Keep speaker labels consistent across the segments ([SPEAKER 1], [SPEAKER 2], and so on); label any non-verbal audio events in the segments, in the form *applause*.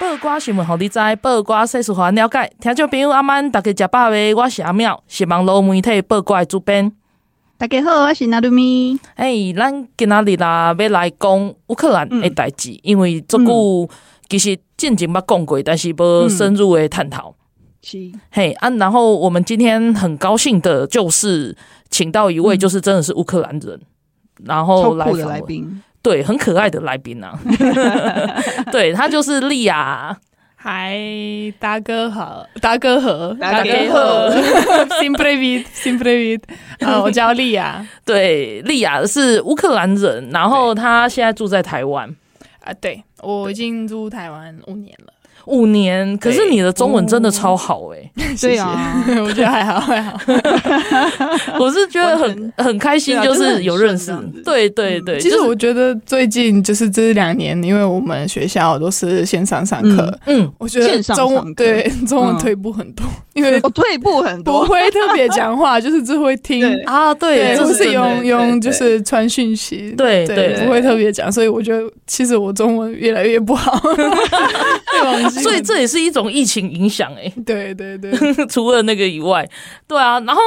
[SPEAKER 1] 报瓜新闻，互你知；报瓜世事，互咱了解。听众朋友，阿曼，大家食饱未？我是阿妙，是网络媒体报瓜的主编。
[SPEAKER 2] 大家好，我是纳鲁咪。
[SPEAKER 1] 嘿，咱今仔日啦要来讲乌克兰
[SPEAKER 2] 嗯
[SPEAKER 1] 的代志，因为这久、其实进前捌讲过，但是无深入的探讨。
[SPEAKER 2] 嗯是，
[SPEAKER 1] 嘿啊，然后我们今天很高兴的就是请到一位，就是真的是乌克兰人，然
[SPEAKER 2] 嗯超
[SPEAKER 1] 后来
[SPEAKER 2] 酷的
[SPEAKER 1] 访
[SPEAKER 2] 来
[SPEAKER 1] 问，
[SPEAKER 2] 宾，
[SPEAKER 1] 对，很可爱的来宾
[SPEAKER 2] *laughs*
[SPEAKER 1] 啊，对他就是莉亚，
[SPEAKER 3] 嗨，大哥好，大哥好，
[SPEAKER 2] 大
[SPEAKER 1] 家好
[SPEAKER 3] 好 *laughs* ，Simply Vit，Simply Vit，啊，我
[SPEAKER 2] *laughs*
[SPEAKER 3] 叫莉亚
[SPEAKER 1] 对，莉亚是乌克兰人，然后她现在住在台湾
[SPEAKER 3] 啊，对我已经住台湾五年了，
[SPEAKER 1] 五年，可是你的中文真的超好哎、
[SPEAKER 2] 对啊，
[SPEAKER 3] *laughs* 我觉得还好，还好。
[SPEAKER 1] 我是觉得
[SPEAKER 2] 完
[SPEAKER 1] 很很开心，
[SPEAKER 2] 对啊
[SPEAKER 1] 就
[SPEAKER 2] 真的
[SPEAKER 1] 是
[SPEAKER 2] 很
[SPEAKER 1] 有认识
[SPEAKER 2] 顺这样子，
[SPEAKER 1] 对对对，
[SPEAKER 3] 嗯其
[SPEAKER 1] 就
[SPEAKER 3] 实
[SPEAKER 1] 是
[SPEAKER 3] 我觉得最近就是这两年，因为我们学校都是线上上课，
[SPEAKER 1] 嗯，
[SPEAKER 3] 我觉得
[SPEAKER 2] 线上
[SPEAKER 3] 中
[SPEAKER 2] 上课
[SPEAKER 3] 文对中文
[SPEAKER 2] 嗯
[SPEAKER 3] 退步很
[SPEAKER 2] *laughs*
[SPEAKER 3] 多，因为
[SPEAKER 2] 我退步很
[SPEAKER 3] 不
[SPEAKER 2] 多，
[SPEAKER 3] 会特别讲
[SPEAKER 2] *laughs*
[SPEAKER 3] 话，就是只会听。
[SPEAKER 2] 对
[SPEAKER 1] 啊，对，
[SPEAKER 3] 对，
[SPEAKER 1] 这
[SPEAKER 3] 就是是
[SPEAKER 1] 真的
[SPEAKER 3] 用用就是传讯息，
[SPEAKER 1] 对对
[SPEAKER 3] 对，不会特别讲，所以我觉得其实我中文越来越不
[SPEAKER 2] *laughs*
[SPEAKER 3] 好， *laughs* 对忘记了
[SPEAKER 1] 所以这也是一种疫情影响哎、
[SPEAKER 3] 对对对，
[SPEAKER 1] *laughs* 除了那个以外，对啊。然后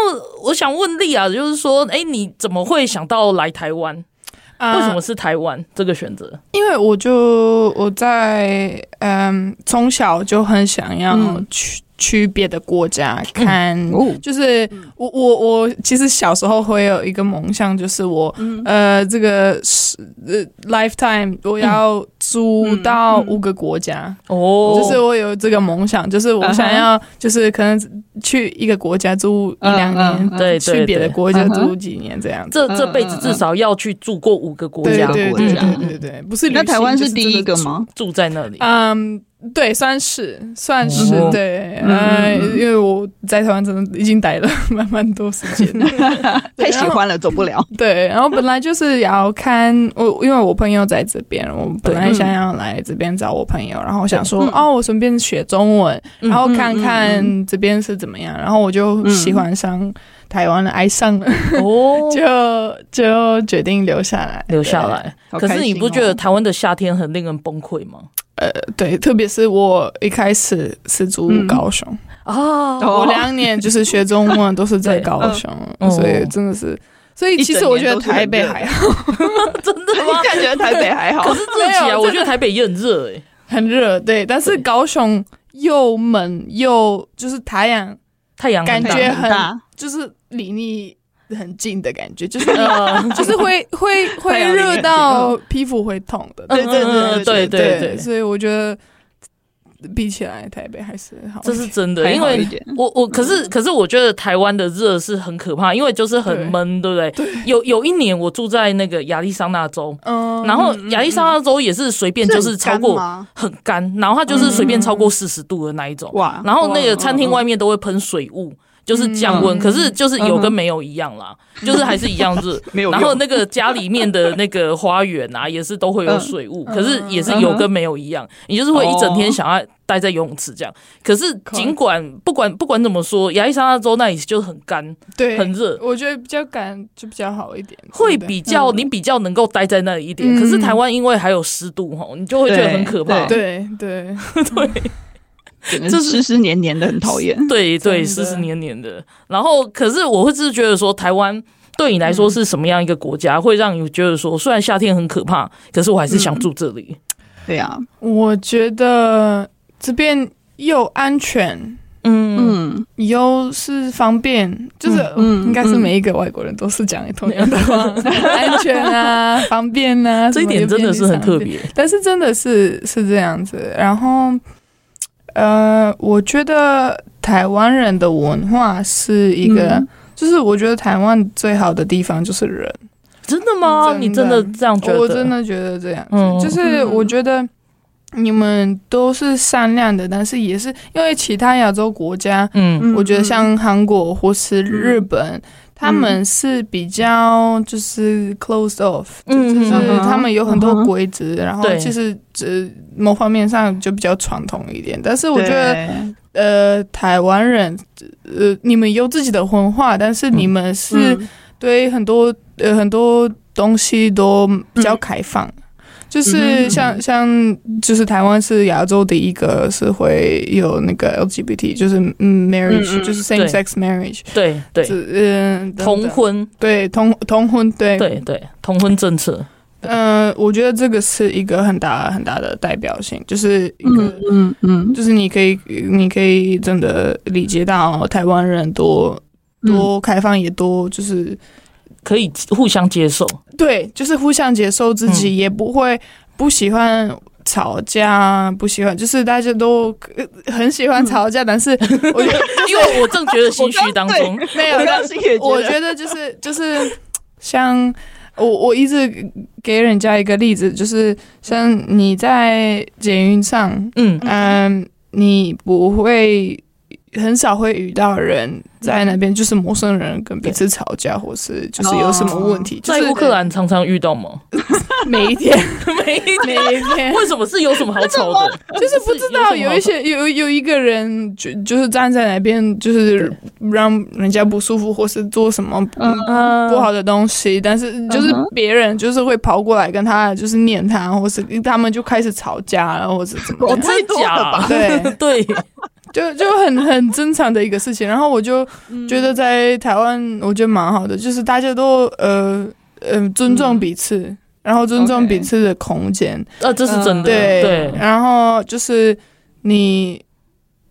[SPEAKER 1] 我想问丽亚，就是说，哎、你怎么会想到来台湾？
[SPEAKER 3] 啊
[SPEAKER 1] 为什么？是台湾这个选择？
[SPEAKER 3] 因为我就我在嗯从小就很想要
[SPEAKER 2] 嗯
[SPEAKER 3] 去、去别的国家看，
[SPEAKER 2] 哦
[SPEAKER 3] 就是我我我其实小时候会有一个梦想，就是我、
[SPEAKER 2] 嗯
[SPEAKER 3] 呃这个是呃 lifetime 我要住到五个国家。
[SPEAKER 2] 嗯
[SPEAKER 1] 哦
[SPEAKER 3] 就是我有这个梦想，就是我想要，就是可能去一个国家住一两
[SPEAKER 2] 嗯嗯
[SPEAKER 3] 年，
[SPEAKER 2] 嗯
[SPEAKER 1] 对对
[SPEAKER 3] 去别的
[SPEAKER 1] 对
[SPEAKER 3] 国家
[SPEAKER 2] 嗯哼
[SPEAKER 3] 住几年这样子。
[SPEAKER 1] 这这辈子至少要去住过五个国
[SPEAKER 3] 对
[SPEAKER 1] 家，
[SPEAKER 3] 对
[SPEAKER 2] 国
[SPEAKER 3] 对
[SPEAKER 2] 家
[SPEAKER 3] 对对对，不是旅
[SPEAKER 2] 那
[SPEAKER 3] 行
[SPEAKER 2] 台湾
[SPEAKER 3] 就是
[SPEAKER 2] 第一个
[SPEAKER 3] 真的住？ *laughs*
[SPEAKER 2] 吗？
[SPEAKER 1] 住在那里。
[SPEAKER 3] 嗯，对，算是算是
[SPEAKER 1] 哦
[SPEAKER 3] 对，
[SPEAKER 2] 嗯
[SPEAKER 3] 呃，
[SPEAKER 2] 嗯嗯
[SPEAKER 3] 因为我在台湾真的已经待了 *laughs* 蛮蛮多时间
[SPEAKER 2] *laughs*
[SPEAKER 3] 了。
[SPEAKER 2] 太喜欢了，走不了。
[SPEAKER 3] 对，然后本来就是要看我，因为我朋友在这边，我本来想要来这边找我朋友，然后我想说，
[SPEAKER 2] 嗯
[SPEAKER 3] 哦，我顺便学中文，
[SPEAKER 1] 嗯
[SPEAKER 3] 然后看
[SPEAKER 2] 嗯嗯
[SPEAKER 3] 看这边是怎么样，然后我就喜欢上台湾了，爱上了，
[SPEAKER 1] *laughs* 哦
[SPEAKER 3] 就就决定留下来，
[SPEAKER 1] 留下来。
[SPEAKER 2] 好
[SPEAKER 1] 可
[SPEAKER 2] 开心哦
[SPEAKER 1] 是你不觉得台湾的夏天很令人崩溃吗？
[SPEAKER 3] 对。对，特别是我一开始是住
[SPEAKER 2] 嗯
[SPEAKER 3] 高雄，
[SPEAKER 1] 啊，
[SPEAKER 2] *laughs* 哦
[SPEAKER 3] 我两年就是学中文都是在
[SPEAKER 1] *laughs* 对
[SPEAKER 3] 高雄，
[SPEAKER 1] 嗯哦
[SPEAKER 3] 所以真的是，所以其
[SPEAKER 2] 一
[SPEAKER 3] 实
[SPEAKER 2] 整
[SPEAKER 3] 我
[SPEAKER 2] 年
[SPEAKER 3] 觉得
[SPEAKER 2] 都是
[SPEAKER 3] 台
[SPEAKER 2] 很
[SPEAKER 3] 北
[SPEAKER 2] 热
[SPEAKER 3] 还
[SPEAKER 2] 的
[SPEAKER 3] 好，
[SPEAKER 1] *laughs* 真的
[SPEAKER 2] 你
[SPEAKER 1] 吗？
[SPEAKER 2] *laughs* 感觉台北还好
[SPEAKER 1] 可，是这起
[SPEAKER 3] 没
[SPEAKER 1] 来，
[SPEAKER 3] 有
[SPEAKER 1] 我觉得台北也很热哎。
[SPEAKER 3] 很热，对，但是
[SPEAKER 1] 对
[SPEAKER 3] 高雄又冷又就是太阳，
[SPEAKER 1] 太阳很大
[SPEAKER 3] *laughs* 感觉
[SPEAKER 2] 很大，
[SPEAKER 3] 就是离你很近的感
[SPEAKER 1] *laughs*
[SPEAKER 3] 觉，就是
[SPEAKER 1] 呃，
[SPEAKER 3] 就是会
[SPEAKER 1] *laughs*
[SPEAKER 3] 会
[SPEAKER 2] 太
[SPEAKER 3] 会
[SPEAKER 2] 阳离你很
[SPEAKER 3] 热
[SPEAKER 2] 近
[SPEAKER 3] 到皮肤会痛的，
[SPEAKER 1] 嗯
[SPEAKER 2] 对对对
[SPEAKER 1] 对对对
[SPEAKER 3] 所以我觉得比起来台北还是好一点，
[SPEAKER 1] 这是真的，
[SPEAKER 2] 还
[SPEAKER 1] 因
[SPEAKER 2] 好一
[SPEAKER 1] 为
[SPEAKER 2] 点
[SPEAKER 1] 我我可是可是我觉得台湾的热是很可怕，因为就是很闷，对不对？有有一年我住在那个亚利桑那州，
[SPEAKER 3] 嗯，
[SPEAKER 1] 然后亚利桑那州也是随便就是超过
[SPEAKER 2] 吗
[SPEAKER 1] 很干，然后它就是随便超过四十度的那一种，
[SPEAKER 3] 啊
[SPEAKER 2] 哇
[SPEAKER 1] 然后那个餐厅
[SPEAKER 3] 嗯
[SPEAKER 2] 哇
[SPEAKER 1] 外面都会喷水雾。就是降温，可是就是有跟没有一样啦，
[SPEAKER 3] 嗯
[SPEAKER 1] 就是还是一样热。
[SPEAKER 2] *laughs* 没有用
[SPEAKER 1] 然后那个家里面的那个花园啊，也是都会有水
[SPEAKER 3] 嗯
[SPEAKER 1] 雾，可是也是有跟没有一样。你就是会一整天想要待在游泳池这样。可是尽管
[SPEAKER 3] 哦
[SPEAKER 1] 不管不管怎么说，亚利桑那州那里就是很干，
[SPEAKER 3] 对
[SPEAKER 1] 很热
[SPEAKER 3] 我觉得比较感就比较好一点，
[SPEAKER 1] 会
[SPEAKER 3] 对不对
[SPEAKER 1] 比较你比较能够待在那里一点。
[SPEAKER 3] 嗯
[SPEAKER 1] 可是台湾因为还有湿度吼，你就会觉得很可怕。
[SPEAKER 3] 对对，
[SPEAKER 1] *laughs*
[SPEAKER 2] 这湿湿黏黏的，很讨厌。
[SPEAKER 1] 对对，
[SPEAKER 3] 真
[SPEAKER 1] 湿
[SPEAKER 3] 的
[SPEAKER 1] 湿黏黏的。然后，可是我会是觉得说，台湾对你来说是什么样一个国家，会让你觉得说，虽然夏天很可怕，可是我还是想住这里。
[SPEAKER 2] 对啊，
[SPEAKER 3] 我觉得这边又安全。
[SPEAKER 1] 嗯，
[SPEAKER 2] 嗯，
[SPEAKER 3] 又是方便，就是、
[SPEAKER 2] 嗯嗯
[SPEAKER 3] 应该是每一个外国人都是讲同样的话，
[SPEAKER 1] 嗯
[SPEAKER 3] *laughs* 安全啊，方便啊，
[SPEAKER 1] 这一点真的是很特。别。
[SPEAKER 3] 但是真的是是这样子。然后，呃，我觉得台湾人的文化是一个，
[SPEAKER 2] 嗯
[SPEAKER 3] 就是我觉得台湾最好的地方就是人，
[SPEAKER 1] 真的吗？你真的这哦样觉得？
[SPEAKER 3] 我真的觉得这样子，
[SPEAKER 1] 嗯
[SPEAKER 3] 就是我觉得你们都是善良的，但是也是因为其他亚洲国家，
[SPEAKER 1] 嗯，
[SPEAKER 3] 我觉得像韩国或是日本。他们是比较就是 closed off，、
[SPEAKER 1] 嗯
[SPEAKER 3] 就是
[SPEAKER 2] 嗯
[SPEAKER 3] 他们有很
[SPEAKER 2] 嗯
[SPEAKER 3] 多
[SPEAKER 2] 哼
[SPEAKER 3] 规则，然后
[SPEAKER 1] 对
[SPEAKER 3] 其实呃某方面上就比较传统一点。但是我觉得
[SPEAKER 2] 对
[SPEAKER 3] 呃台湾人呃你们有自己的文化，但是你们是、
[SPEAKER 2] 嗯
[SPEAKER 3] 对很多呃很多东西都比较开放，
[SPEAKER 2] 嗯
[SPEAKER 3] 就是像、像就是台湾是亚洲的一个是会有那个 LGBT，就是嗯 marriage，、
[SPEAKER 2] 嗯嗯
[SPEAKER 3] 就是 same sex marriage，
[SPEAKER 1] 对对，
[SPEAKER 3] 是嗯、等等
[SPEAKER 1] 同婚，
[SPEAKER 3] 对同同婚对，
[SPEAKER 1] 对对，同婚政策，
[SPEAKER 3] 嗯、我觉得这个是一个很大很大的代表性，就是一个。
[SPEAKER 2] 嗯嗯嗯，
[SPEAKER 3] 就是你可以，你可以真的理解到台湾人多
[SPEAKER 2] 嗯
[SPEAKER 3] 多开放，也多就是
[SPEAKER 1] 可以互相接
[SPEAKER 3] *laughs*
[SPEAKER 1] 受。
[SPEAKER 3] 对，就是互相接受自己，也不会不喜欢吵架，不喜欢，就是大家都呃很喜欢吵架，但是我觉得
[SPEAKER 1] 因为我正觉得心虚当中，
[SPEAKER 3] 没有
[SPEAKER 2] 嗯我，当时也
[SPEAKER 3] 啊我
[SPEAKER 2] 觉
[SPEAKER 3] 觉得 *laughs* 就是就是像我我一直给人家一个例子，就是像你在捷运上，
[SPEAKER 1] 嗯，
[SPEAKER 3] 嗯，你不会。很少会遇到人在那边，就是陌生人跟彼此吵架，或是就是有什么问题，就
[SPEAKER 1] 在
[SPEAKER 3] 是
[SPEAKER 1] 乌克兰常常遇到
[SPEAKER 3] *laughs*
[SPEAKER 1] 吗？
[SPEAKER 3] 每一 *laughs* 天，
[SPEAKER 1] 没，
[SPEAKER 3] 每一天，
[SPEAKER 1] *laughs* 为什么是有什么好吵的？
[SPEAKER 3] 就是不知道有一些有有一个人就就是站在哪边，就是让人家不舒服，或是做什么不
[SPEAKER 2] 嗯
[SPEAKER 1] 嗯
[SPEAKER 3] 不好的东西，但是就是
[SPEAKER 2] 嗯哼
[SPEAKER 3] 别人就是会跑过来跟他就是念他，或是他们就开始吵架了，或者怎么
[SPEAKER 1] *laughs* 我
[SPEAKER 3] 样，
[SPEAKER 1] 真的假？
[SPEAKER 3] *laughs* 对
[SPEAKER 1] 对， *laughs*
[SPEAKER 3] 就就很很正常的一个事情。然后我就觉得在台湾，我觉得蛮好的，就是大家都呃呃尊重彼此，然后尊重
[SPEAKER 2] OK
[SPEAKER 3] 彼此的空间。
[SPEAKER 1] 呃，这是真的，
[SPEAKER 3] 嗯对，
[SPEAKER 1] 对，
[SPEAKER 3] 然后就是你，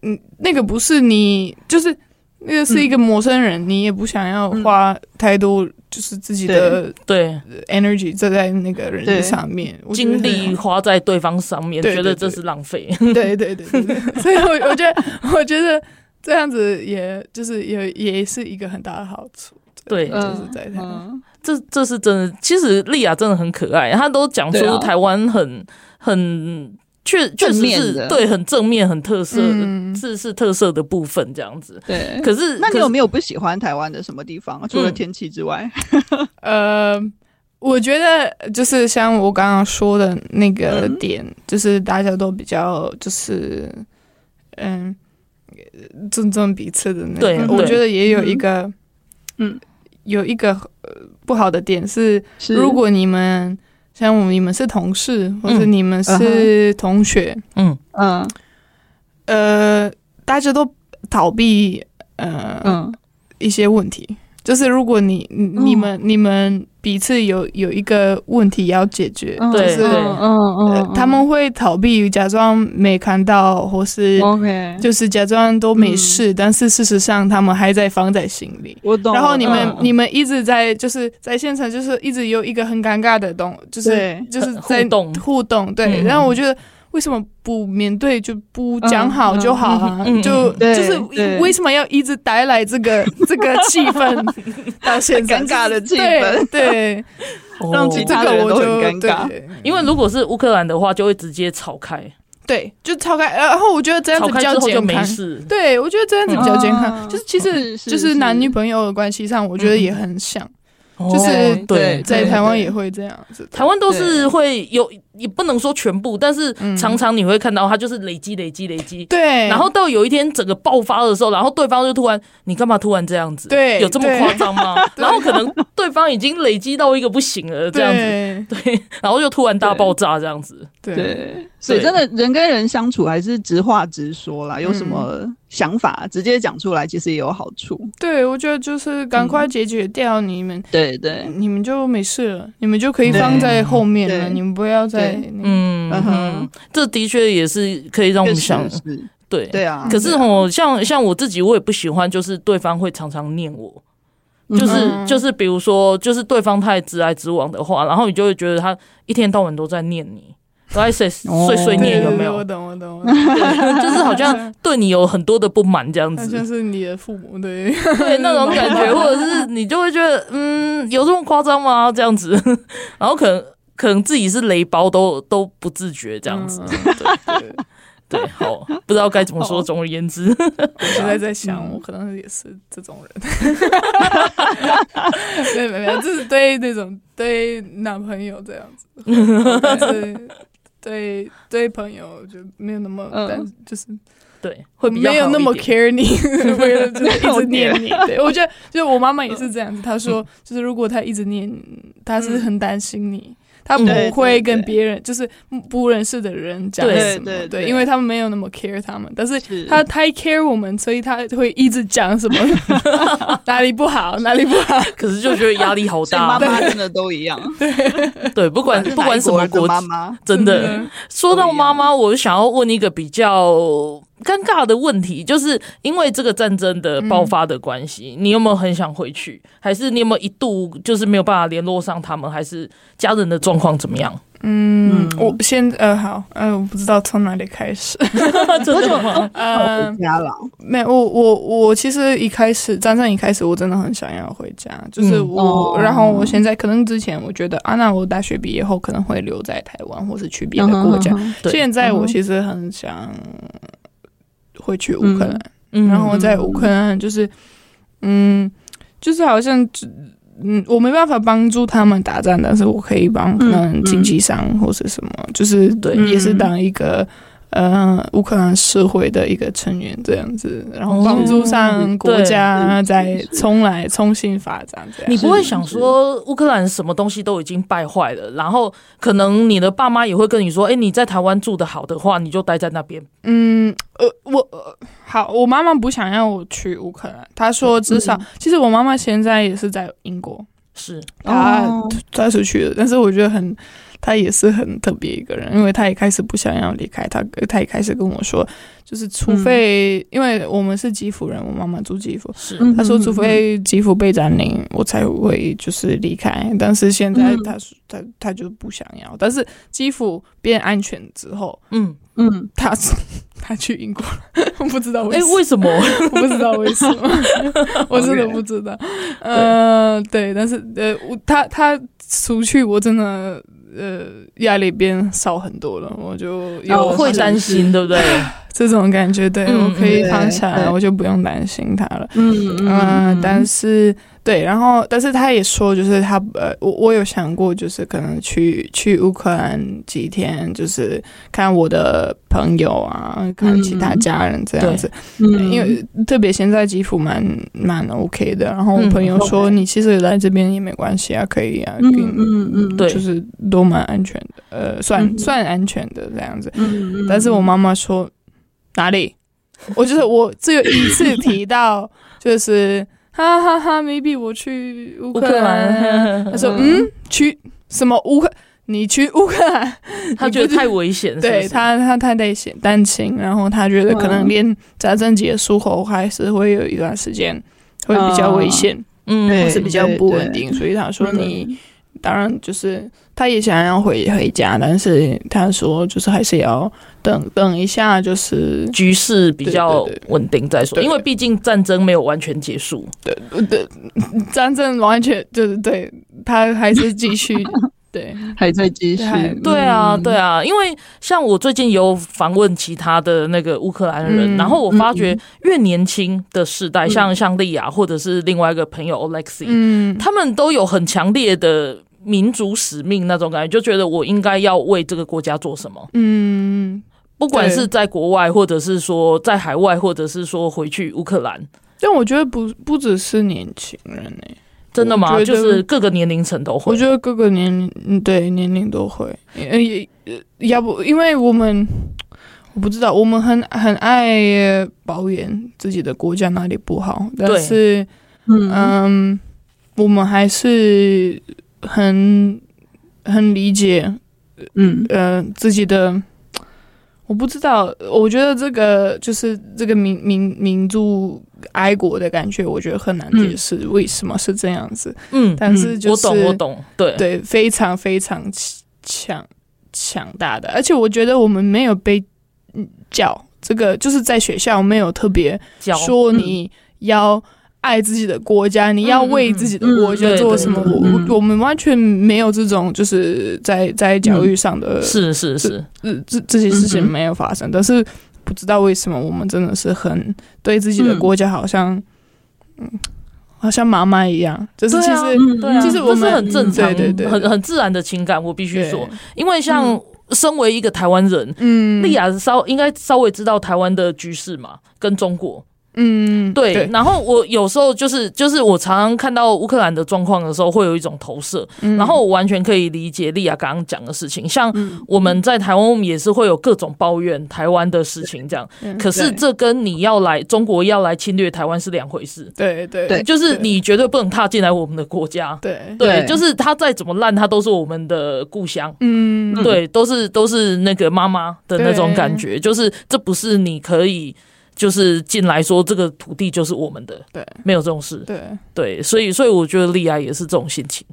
[SPEAKER 3] 嗯，那个不是你，就是那个是一个陌生人，你也不想要花太多，就是自己的
[SPEAKER 1] 嗯对，
[SPEAKER 3] energy 在在那个人上面，我觉得
[SPEAKER 1] 精力。花在对方上面，
[SPEAKER 3] 对对
[SPEAKER 1] 觉得这是浪费。
[SPEAKER 3] *laughs*
[SPEAKER 1] *laughs*
[SPEAKER 3] 对对对对对，所以我我觉得， *laughs* 我觉得这样子也就是也也是一个很大的好处。
[SPEAKER 1] 对，
[SPEAKER 3] 嗯就是在台湾
[SPEAKER 2] 嗯
[SPEAKER 1] 这这是真的。其实莉亚真的很可爱，她都讲
[SPEAKER 2] 对
[SPEAKER 1] 出
[SPEAKER 2] 啊
[SPEAKER 1] 台湾很很确确
[SPEAKER 2] 正
[SPEAKER 1] 实
[SPEAKER 2] 面
[SPEAKER 1] 是
[SPEAKER 2] 的
[SPEAKER 1] 对很正面、很特色，
[SPEAKER 3] 嗯
[SPEAKER 1] 是是特色的部分这样子。
[SPEAKER 2] 对。
[SPEAKER 1] 可是，
[SPEAKER 2] 那你
[SPEAKER 1] 可
[SPEAKER 2] 有
[SPEAKER 1] 是
[SPEAKER 2] 没有不喜欢台湾的什么地方？除了
[SPEAKER 1] 嗯
[SPEAKER 2] 天气之外，
[SPEAKER 3] 呃，我觉得就是像我刚刚说的那个点，就是大家都比较就是嗯尊重彼此的那
[SPEAKER 1] 对
[SPEAKER 3] 个，
[SPEAKER 1] 对
[SPEAKER 3] 嗯我觉得也有一个
[SPEAKER 2] 嗯
[SPEAKER 3] 有一个呃不好的点是，
[SPEAKER 2] 是
[SPEAKER 3] 如果你们像我们你们是同事，或者
[SPEAKER 1] 嗯
[SPEAKER 3] 你们是同学，
[SPEAKER 1] 嗯
[SPEAKER 2] 嗯
[SPEAKER 3] 呃，大家都逃避呃
[SPEAKER 2] 嗯
[SPEAKER 3] 一些问题，就是如果你你你们、你们彼此有有一个问题要解决，
[SPEAKER 2] 嗯
[SPEAKER 1] 对
[SPEAKER 3] 就是
[SPEAKER 1] 对
[SPEAKER 2] 嗯嗯
[SPEAKER 3] 呃
[SPEAKER 2] 嗯，
[SPEAKER 3] 他们会逃避，假装没看到，或是
[SPEAKER 2] OK，
[SPEAKER 3] 嗯就是假装都
[SPEAKER 2] 嗯
[SPEAKER 3] 没事，但是事实上他们还在放在心里。
[SPEAKER 2] 我懂了。
[SPEAKER 3] 然后你们、
[SPEAKER 2] 嗯
[SPEAKER 3] 你们一直在就是在现场，就是一直有一个很尴尬的东，就是
[SPEAKER 2] 对
[SPEAKER 1] *laughs*
[SPEAKER 3] 就是
[SPEAKER 1] 很
[SPEAKER 3] 在
[SPEAKER 1] 互动
[SPEAKER 3] 互动对。
[SPEAKER 1] 嗯
[SPEAKER 3] 然后我觉得为什么不面对就不讲好
[SPEAKER 2] 嗯
[SPEAKER 3] 就好啊？
[SPEAKER 1] 嗯嗯嗯
[SPEAKER 3] 就
[SPEAKER 2] 对
[SPEAKER 3] 就是
[SPEAKER 2] 对
[SPEAKER 3] 为什么要一直带来这个这
[SPEAKER 1] *laughs*
[SPEAKER 3] 个气氛
[SPEAKER 2] *laughs*
[SPEAKER 3] 到现在
[SPEAKER 2] 尴尬的气
[SPEAKER 3] 对
[SPEAKER 2] 氛
[SPEAKER 3] 对，
[SPEAKER 2] 让
[SPEAKER 1] 哦
[SPEAKER 2] 其
[SPEAKER 3] *laughs* 这
[SPEAKER 2] 他
[SPEAKER 3] 个
[SPEAKER 2] 人
[SPEAKER 3] 我
[SPEAKER 2] 都很
[SPEAKER 3] 就
[SPEAKER 2] 尴尬
[SPEAKER 3] 对
[SPEAKER 1] 因为如果是乌克兰的话，就会直接吵开，
[SPEAKER 3] 对就超开。然后我觉得这样
[SPEAKER 1] 吵
[SPEAKER 3] 子比
[SPEAKER 1] 开
[SPEAKER 3] 较
[SPEAKER 1] 之后就
[SPEAKER 3] 健
[SPEAKER 1] 没
[SPEAKER 3] 康。
[SPEAKER 1] 事。
[SPEAKER 3] 对，我觉得这样子比较健康。
[SPEAKER 2] 嗯
[SPEAKER 3] 就是其实
[SPEAKER 2] 是
[SPEAKER 3] 哦
[SPEAKER 2] 是
[SPEAKER 3] 就是男女朋友的关系上，我
[SPEAKER 1] 嗯
[SPEAKER 3] 觉得也很像，就是
[SPEAKER 1] 哦对
[SPEAKER 2] 对
[SPEAKER 3] 在台湾也会这样子的。
[SPEAKER 1] 台湾都是会有，也不能说全部，但是常常你会看到它就是累积、累积、累积。
[SPEAKER 3] 对，
[SPEAKER 1] 然后到有一天整个爆发的时候，然后对方就突然，你干嘛突然这样子？
[SPEAKER 3] 对
[SPEAKER 1] 有这么
[SPEAKER 3] 对
[SPEAKER 1] 夸张吗？ *laughs* 然后可能对方已经累积到一个不行了，这样子，
[SPEAKER 3] 子，
[SPEAKER 1] 对，然后就突然大爆炸这样子，
[SPEAKER 3] 对
[SPEAKER 2] 对，所以真的人跟人相处还是直话直说啦，有什么想法直接讲出来，其实也有好处。
[SPEAKER 3] 对，我觉得就是赶快解决掉你们，
[SPEAKER 2] 对对，
[SPEAKER 3] 你们就没事了，你们就可以放在后面了，
[SPEAKER 2] 对
[SPEAKER 3] 你们不要再
[SPEAKER 2] 对
[SPEAKER 3] 那个
[SPEAKER 1] 嗯
[SPEAKER 2] 嗯哼
[SPEAKER 1] 嗯，这的确也是可以让我
[SPEAKER 2] 确
[SPEAKER 1] 们
[SPEAKER 2] 实
[SPEAKER 1] 想，
[SPEAKER 2] 是，
[SPEAKER 1] 对
[SPEAKER 2] 对啊。
[SPEAKER 1] 可是吼，像像我自己，我也不喜欢，就是对方会常常念我，
[SPEAKER 2] 嗯
[SPEAKER 1] 就是、
[SPEAKER 3] 嗯
[SPEAKER 1] 就是，比如说，就是对方太直来直往的话，然后你就会觉得他一天到晚都在念你。都在碎
[SPEAKER 2] 哦
[SPEAKER 1] 碎碎念，有没有
[SPEAKER 3] 我？懂，我懂，
[SPEAKER 2] *laughs*
[SPEAKER 3] 我懂
[SPEAKER 1] *laughs* 就是好像对你有很多的不满这样
[SPEAKER 3] 好
[SPEAKER 1] 子，
[SPEAKER 3] 像是你的父母对，
[SPEAKER 1] 对那种感觉，或者是你就会觉得，嗯，有这么夸张吗？这样子， *laughs* 然后可能可能自己是雷包都都不自觉这样子，
[SPEAKER 2] 嗯
[SPEAKER 3] 对对
[SPEAKER 1] 对，好，不知道该怎么说。总而言之， *laughs*
[SPEAKER 3] 我现在在
[SPEAKER 2] 嗯
[SPEAKER 3] 想，我可能也是这种人。 *laughs* 没有没有没有，就是对那种对男朋友这样
[SPEAKER 2] *laughs*
[SPEAKER 3] 子，但是对对朋友就没有那么，
[SPEAKER 2] 嗯
[SPEAKER 3] 但就是
[SPEAKER 1] 对，会比较
[SPEAKER 3] 没有
[SPEAKER 1] 好
[SPEAKER 3] 那
[SPEAKER 1] 一
[SPEAKER 3] 么
[SPEAKER 1] 点
[SPEAKER 3] care 你，
[SPEAKER 2] *laughs*
[SPEAKER 3] 为了就是一直念你
[SPEAKER 2] 没有。嗯
[SPEAKER 3] 对我觉得，就是我妈妈也是这样子，她说，就是如果她一直念，她是很担心你。她不
[SPEAKER 2] 对
[SPEAKER 3] 会
[SPEAKER 2] 对
[SPEAKER 3] 跟
[SPEAKER 2] 对
[SPEAKER 3] 别人，就是不认识的人讲
[SPEAKER 1] 对
[SPEAKER 3] 什么，
[SPEAKER 2] 对对
[SPEAKER 3] 因为他们没有那么 care 他们，但是
[SPEAKER 2] 是
[SPEAKER 3] 他太 care 我们，所以他会一直讲什么 *laughs* 哪里不好，哪里不好，
[SPEAKER 1] 可是就觉得压力好
[SPEAKER 2] 所以妈
[SPEAKER 1] 大。
[SPEAKER 2] 妈真的都一样，
[SPEAKER 1] 对，不
[SPEAKER 2] *laughs*
[SPEAKER 1] 管不管什么国
[SPEAKER 2] 国的妈
[SPEAKER 1] 籍，
[SPEAKER 2] 妈，
[SPEAKER 1] 真的。说到
[SPEAKER 2] 都一样
[SPEAKER 1] 妈妈，我想要问一个比较尴尬的问题，就是因为这个战争的爆发的关系，你有没有很想回去？还是你有没有一度就是没有办法联络上他们？还是家人的状况怎么样？
[SPEAKER 3] 嗯，我先呃好，呃我不知道从哪里开始，
[SPEAKER 1] 真的吗？
[SPEAKER 3] 呃
[SPEAKER 2] 回家了，
[SPEAKER 3] 没有，我我我其实一开始战争一开始，我真的很想要回家，就是
[SPEAKER 1] 嗯
[SPEAKER 3] 我，
[SPEAKER 2] 哦
[SPEAKER 3] 然后我现在可能之前我觉得啊，那我大学毕业后可能会留在台湾，或是去
[SPEAKER 1] 嗯
[SPEAKER 3] 别的国家。
[SPEAKER 1] 对嗯
[SPEAKER 3] 现在我其实很想回去乌克兰，
[SPEAKER 1] 嗯
[SPEAKER 3] 然后在乌克兰就是，嗯，就是好像只嗯，我没办法帮助他们打仗，但是我可以帮可能经济上或是什么，就是
[SPEAKER 1] 嗯对嗯
[SPEAKER 3] 也是当一个呃乌克兰社会的一个成员这样子，然后帮
[SPEAKER 1] 哦
[SPEAKER 3] 助
[SPEAKER 1] 嗯
[SPEAKER 3] 上国家再重来重新发展这样。
[SPEAKER 1] 你不会想说乌克兰什么东西都已经败坏了，然后可能你的爸妈也会跟你说：“哎、你在台湾住的好的话，你就待在那边。
[SPEAKER 3] 嗯，呃，我呃好，我妈妈不想要我去乌克兰，她
[SPEAKER 1] 嗯
[SPEAKER 3] 说至少，其实我妈妈现在也是在英国，”
[SPEAKER 1] 是，
[SPEAKER 3] 他他出去了，但是我觉得很，他也是很特别一个人，因为他一开始不想要离开，他他一开始跟我说，就是除非、因为我们是基辅人，我妈妈住基辅，
[SPEAKER 1] 是
[SPEAKER 2] 嗯
[SPEAKER 3] 他说
[SPEAKER 2] 嗯
[SPEAKER 3] 除非基辅被占领，我才会就是离开，但是现在
[SPEAKER 2] 嗯
[SPEAKER 3] 他、他他就不想要，但是基辅变安全之后，
[SPEAKER 1] 嗯，
[SPEAKER 2] 嗯，
[SPEAKER 3] 他 *laughs* 他去英国了，我不知道为
[SPEAKER 1] 哎、
[SPEAKER 3] 什么。
[SPEAKER 1] 为什么？
[SPEAKER 3] *laughs* 我不知道为什
[SPEAKER 2] *laughs*
[SPEAKER 3] 么，我真的不知道。呃，对，但是呃，我他他出去，我真的呃压力变少很多了，我就有
[SPEAKER 1] 会担心，对不对？
[SPEAKER 3] 这种感觉，对、
[SPEAKER 1] 嗯
[SPEAKER 3] 我可以放下
[SPEAKER 2] 对
[SPEAKER 3] 来，
[SPEAKER 2] 对
[SPEAKER 3] 我就不用担心他了。
[SPEAKER 2] 嗯
[SPEAKER 3] 嗯，但是对，然后但是他也说，就是他呃，我我有想过，就是可能去去乌克兰几天，就是看我的朋友啊，看其他家人这样子。
[SPEAKER 2] 嗯
[SPEAKER 3] 因为特别现在基辅蛮蛮 OK 的，然后我
[SPEAKER 1] 嗯
[SPEAKER 3] 朋友说
[SPEAKER 2] OK
[SPEAKER 3] 你其实来这边也没关系啊，可以啊，
[SPEAKER 2] 嗯
[SPEAKER 3] 给你
[SPEAKER 2] 嗯嗯
[SPEAKER 1] 对
[SPEAKER 3] 就是都蛮安全的，呃，算、
[SPEAKER 2] 嗯
[SPEAKER 3] 算安全的这样子。
[SPEAKER 2] 嗯
[SPEAKER 3] 但是我妈妈说哪里？ *laughs* 我就是我只有一次提到， *laughs* 就是哈哈哈，maybe 我去乌
[SPEAKER 1] 乌
[SPEAKER 3] 克
[SPEAKER 1] 克
[SPEAKER 2] *laughs*
[SPEAKER 3] 兰啊，
[SPEAKER 1] 兰，
[SPEAKER 3] 她说嗯，去什么乌克？你去乌克兰？
[SPEAKER 1] *laughs* 他觉得太危险，是不嗯
[SPEAKER 3] 对
[SPEAKER 1] 是
[SPEAKER 3] 他，他太担心担心，然后他觉得可能连战争结束后还是会有一段时间会比较危险，
[SPEAKER 1] 嗯
[SPEAKER 3] 或
[SPEAKER 2] 对
[SPEAKER 3] 是比较不稳定，所以他说你当然就是他也想要回回家，但是他说就是还是要等等一下，就是
[SPEAKER 1] 局势比较
[SPEAKER 3] 对对对
[SPEAKER 1] 稳定再说，
[SPEAKER 3] 对
[SPEAKER 1] 因为毕竟战争没有完全结束，嗯
[SPEAKER 3] 战争完全就是对他还是
[SPEAKER 1] *laughs*
[SPEAKER 3] 继续对
[SPEAKER 2] 还在继续，
[SPEAKER 3] 嗯
[SPEAKER 1] 对
[SPEAKER 2] 嗯
[SPEAKER 1] 啊，对啊，因为像我最近有访问其他的那个乌克兰人，
[SPEAKER 3] 嗯
[SPEAKER 1] 然后我发觉越年轻的世代，像像莉亚或者是另外一个朋友 Alexi，
[SPEAKER 3] 嗯
[SPEAKER 1] 他们都有很强烈的民族使命那种感觉，就觉得我应该要为这个国家做什么，
[SPEAKER 3] 嗯。
[SPEAKER 1] 不管
[SPEAKER 3] 对
[SPEAKER 1] 是在国外，或者是说在海外，或者是说回去乌克兰，
[SPEAKER 3] 但我觉得不不只是年轻人诶、
[SPEAKER 1] 真的
[SPEAKER 3] 我
[SPEAKER 1] 吗？
[SPEAKER 3] 觉
[SPEAKER 1] 就
[SPEAKER 3] 得
[SPEAKER 1] 是各个年龄层都
[SPEAKER 3] 我
[SPEAKER 1] 会，
[SPEAKER 3] 觉得各个年龄嗯对年龄都会，呃也呃要不因为我们我不知道，我们很很爱抱怨自己的国家哪里不好，但是
[SPEAKER 2] 嗯
[SPEAKER 3] 嗯，我们还是很很理解
[SPEAKER 2] 嗯
[SPEAKER 3] 呃自己的。我不知道，我觉得这个就是这个民民民族爱国的感觉，我觉得很难解释为什么是这样子。
[SPEAKER 1] 嗯，
[SPEAKER 3] 但是
[SPEAKER 1] 我
[SPEAKER 3] 就是、
[SPEAKER 1] 懂，我懂，对，
[SPEAKER 3] 对，非常非常强强大的，而且我觉得我们没有被嗯教这个，就是在学校没有特别
[SPEAKER 1] 教
[SPEAKER 3] 说你要爱自己的国家，你要为自己的国
[SPEAKER 1] 嗯
[SPEAKER 3] 家
[SPEAKER 1] 嗯嗯
[SPEAKER 3] 做什么。
[SPEAKER 2] 对对对嗯
[SPEAKER 3] 我我我们完全没有这种，就是在在教育上的、
[SPEAKER 1] 是是是，
[SPEAKER 3] 这这这些事情
[SPEAKER 2] 嗯哼
[SPEAKER 3] 没有发生，但是不知道为什么我们真的是很对自己的
[SPEAKER 2] 嗯
[SPEAKER 3] 国家好像，嗯，好像妈妈一样，就是其
[SPEAKER 1] 对啊
[SPEAKER 3] 实
[SPEAKER 2] 嗯
[SPEAKER 1] 对啊，
[SPEAKER 3] 就是我
[SPEAKER 1] 这
[SPEAKER 3] 们
[SPEAKER 1] 是很正常、
[SPEAKER 3] 对对对
[SPEAKER 1] 很很自然的情感，我必须
[SPEAKER 3] 对
[SPEAKER 1] 说，因为像身为一个台湾人，
[SPEAKER 3] 嗯
[SPEAKER 1] 丽雅稍应该稍微知道台湾的局势嘛，跟中国。
[SPEAKER 3] 嗯
[SPEAKER 1] 对，然后我有时候就是就是我常常看到乌克兰的状况的时候，会有一种投射，
[SPEAKER 2] 嗯
[SPEAKER 1] 然后我完全可以理解莉亚刚刚讲的事情。像
[SPEAKER 2] 嗯
[SPEAKER 1] 我们在台湾，我们也是会有各种抱怨台湾的事情这样，可是
[SPEAKER 2] 对
[SPEAKER 1] 这跟你要来中国要来侵略台湾是两回事，
[SPEAKER 3] 对对
[SPEAKER 2] 对
[SPEAKER 1] 就是你绝对不能踏进来我们的国家。
[SPEAKER 3] 对
[SPEAKER 1] 对，
[SPEAKER 2] 对
[SPEAKER 1] 就是他再怎么烂，他都是我们的故乡。
[SPEAKER 3] 嗯
[SPEAKER 1] 对，都是都是那个妈妈的那种感觉，就是这不是你可以就是进来说这个土地就是我们的，
[SPEAKER 3] 对，
[SPEAKER 1] 没有这种事，
[SPEAKER 3] 对
[SPEAKER 1] 对，所以所以我觉得莉亚也是这种心情，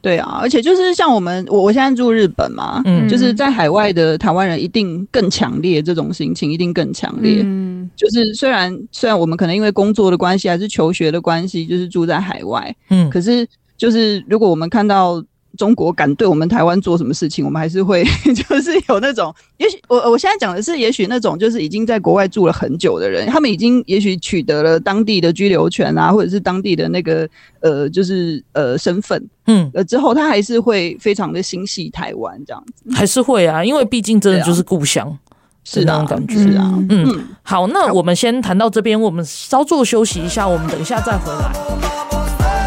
[SPEAKER 2] 对啊，而且就是像我们，我我现在住日本嘛，
[SPEAKER 1] 嗯
[SPEAKER 2] 就是在海外的台湾人一定更强烈，这种心情一定更强烈。
[SPEAKER 3] 嗯
[SPEAKER 2] 就是虽然虽然我们可能因为工作的关系，还是求学的关系，就是住在海外，
[SPEAKER 1] 嗯，
[SPEAKER 2] 可是就是如果我们看到中国敢对我们台湾做什么事情，我们还是会 *laughs* 就是有那种，也许我我现在讲的是，也许那种就是已经在国外住了很久的人，他们已经也许取得了当地的居留权啊，或者是当地的那个呃，就是呃身份，
[SPEAKER 1] 嗯，
[SPEAKER 2] 呃之后，他还是会非常的心系台湾这样子。
[SPEAKER 1] 还是会啊，因为毕竟真的就是故乡，
[SPEAKER 2] 是
[SPEAKER 1] 那种
[SPEAKER 2] 啊，
[SPEAKER 1] 感觉
[SPEAKER 2] 是啊，
[SPEAKER 1] 嗯，好，那我们先谈到这边，我们稍作休息一下，我们等一下再回来。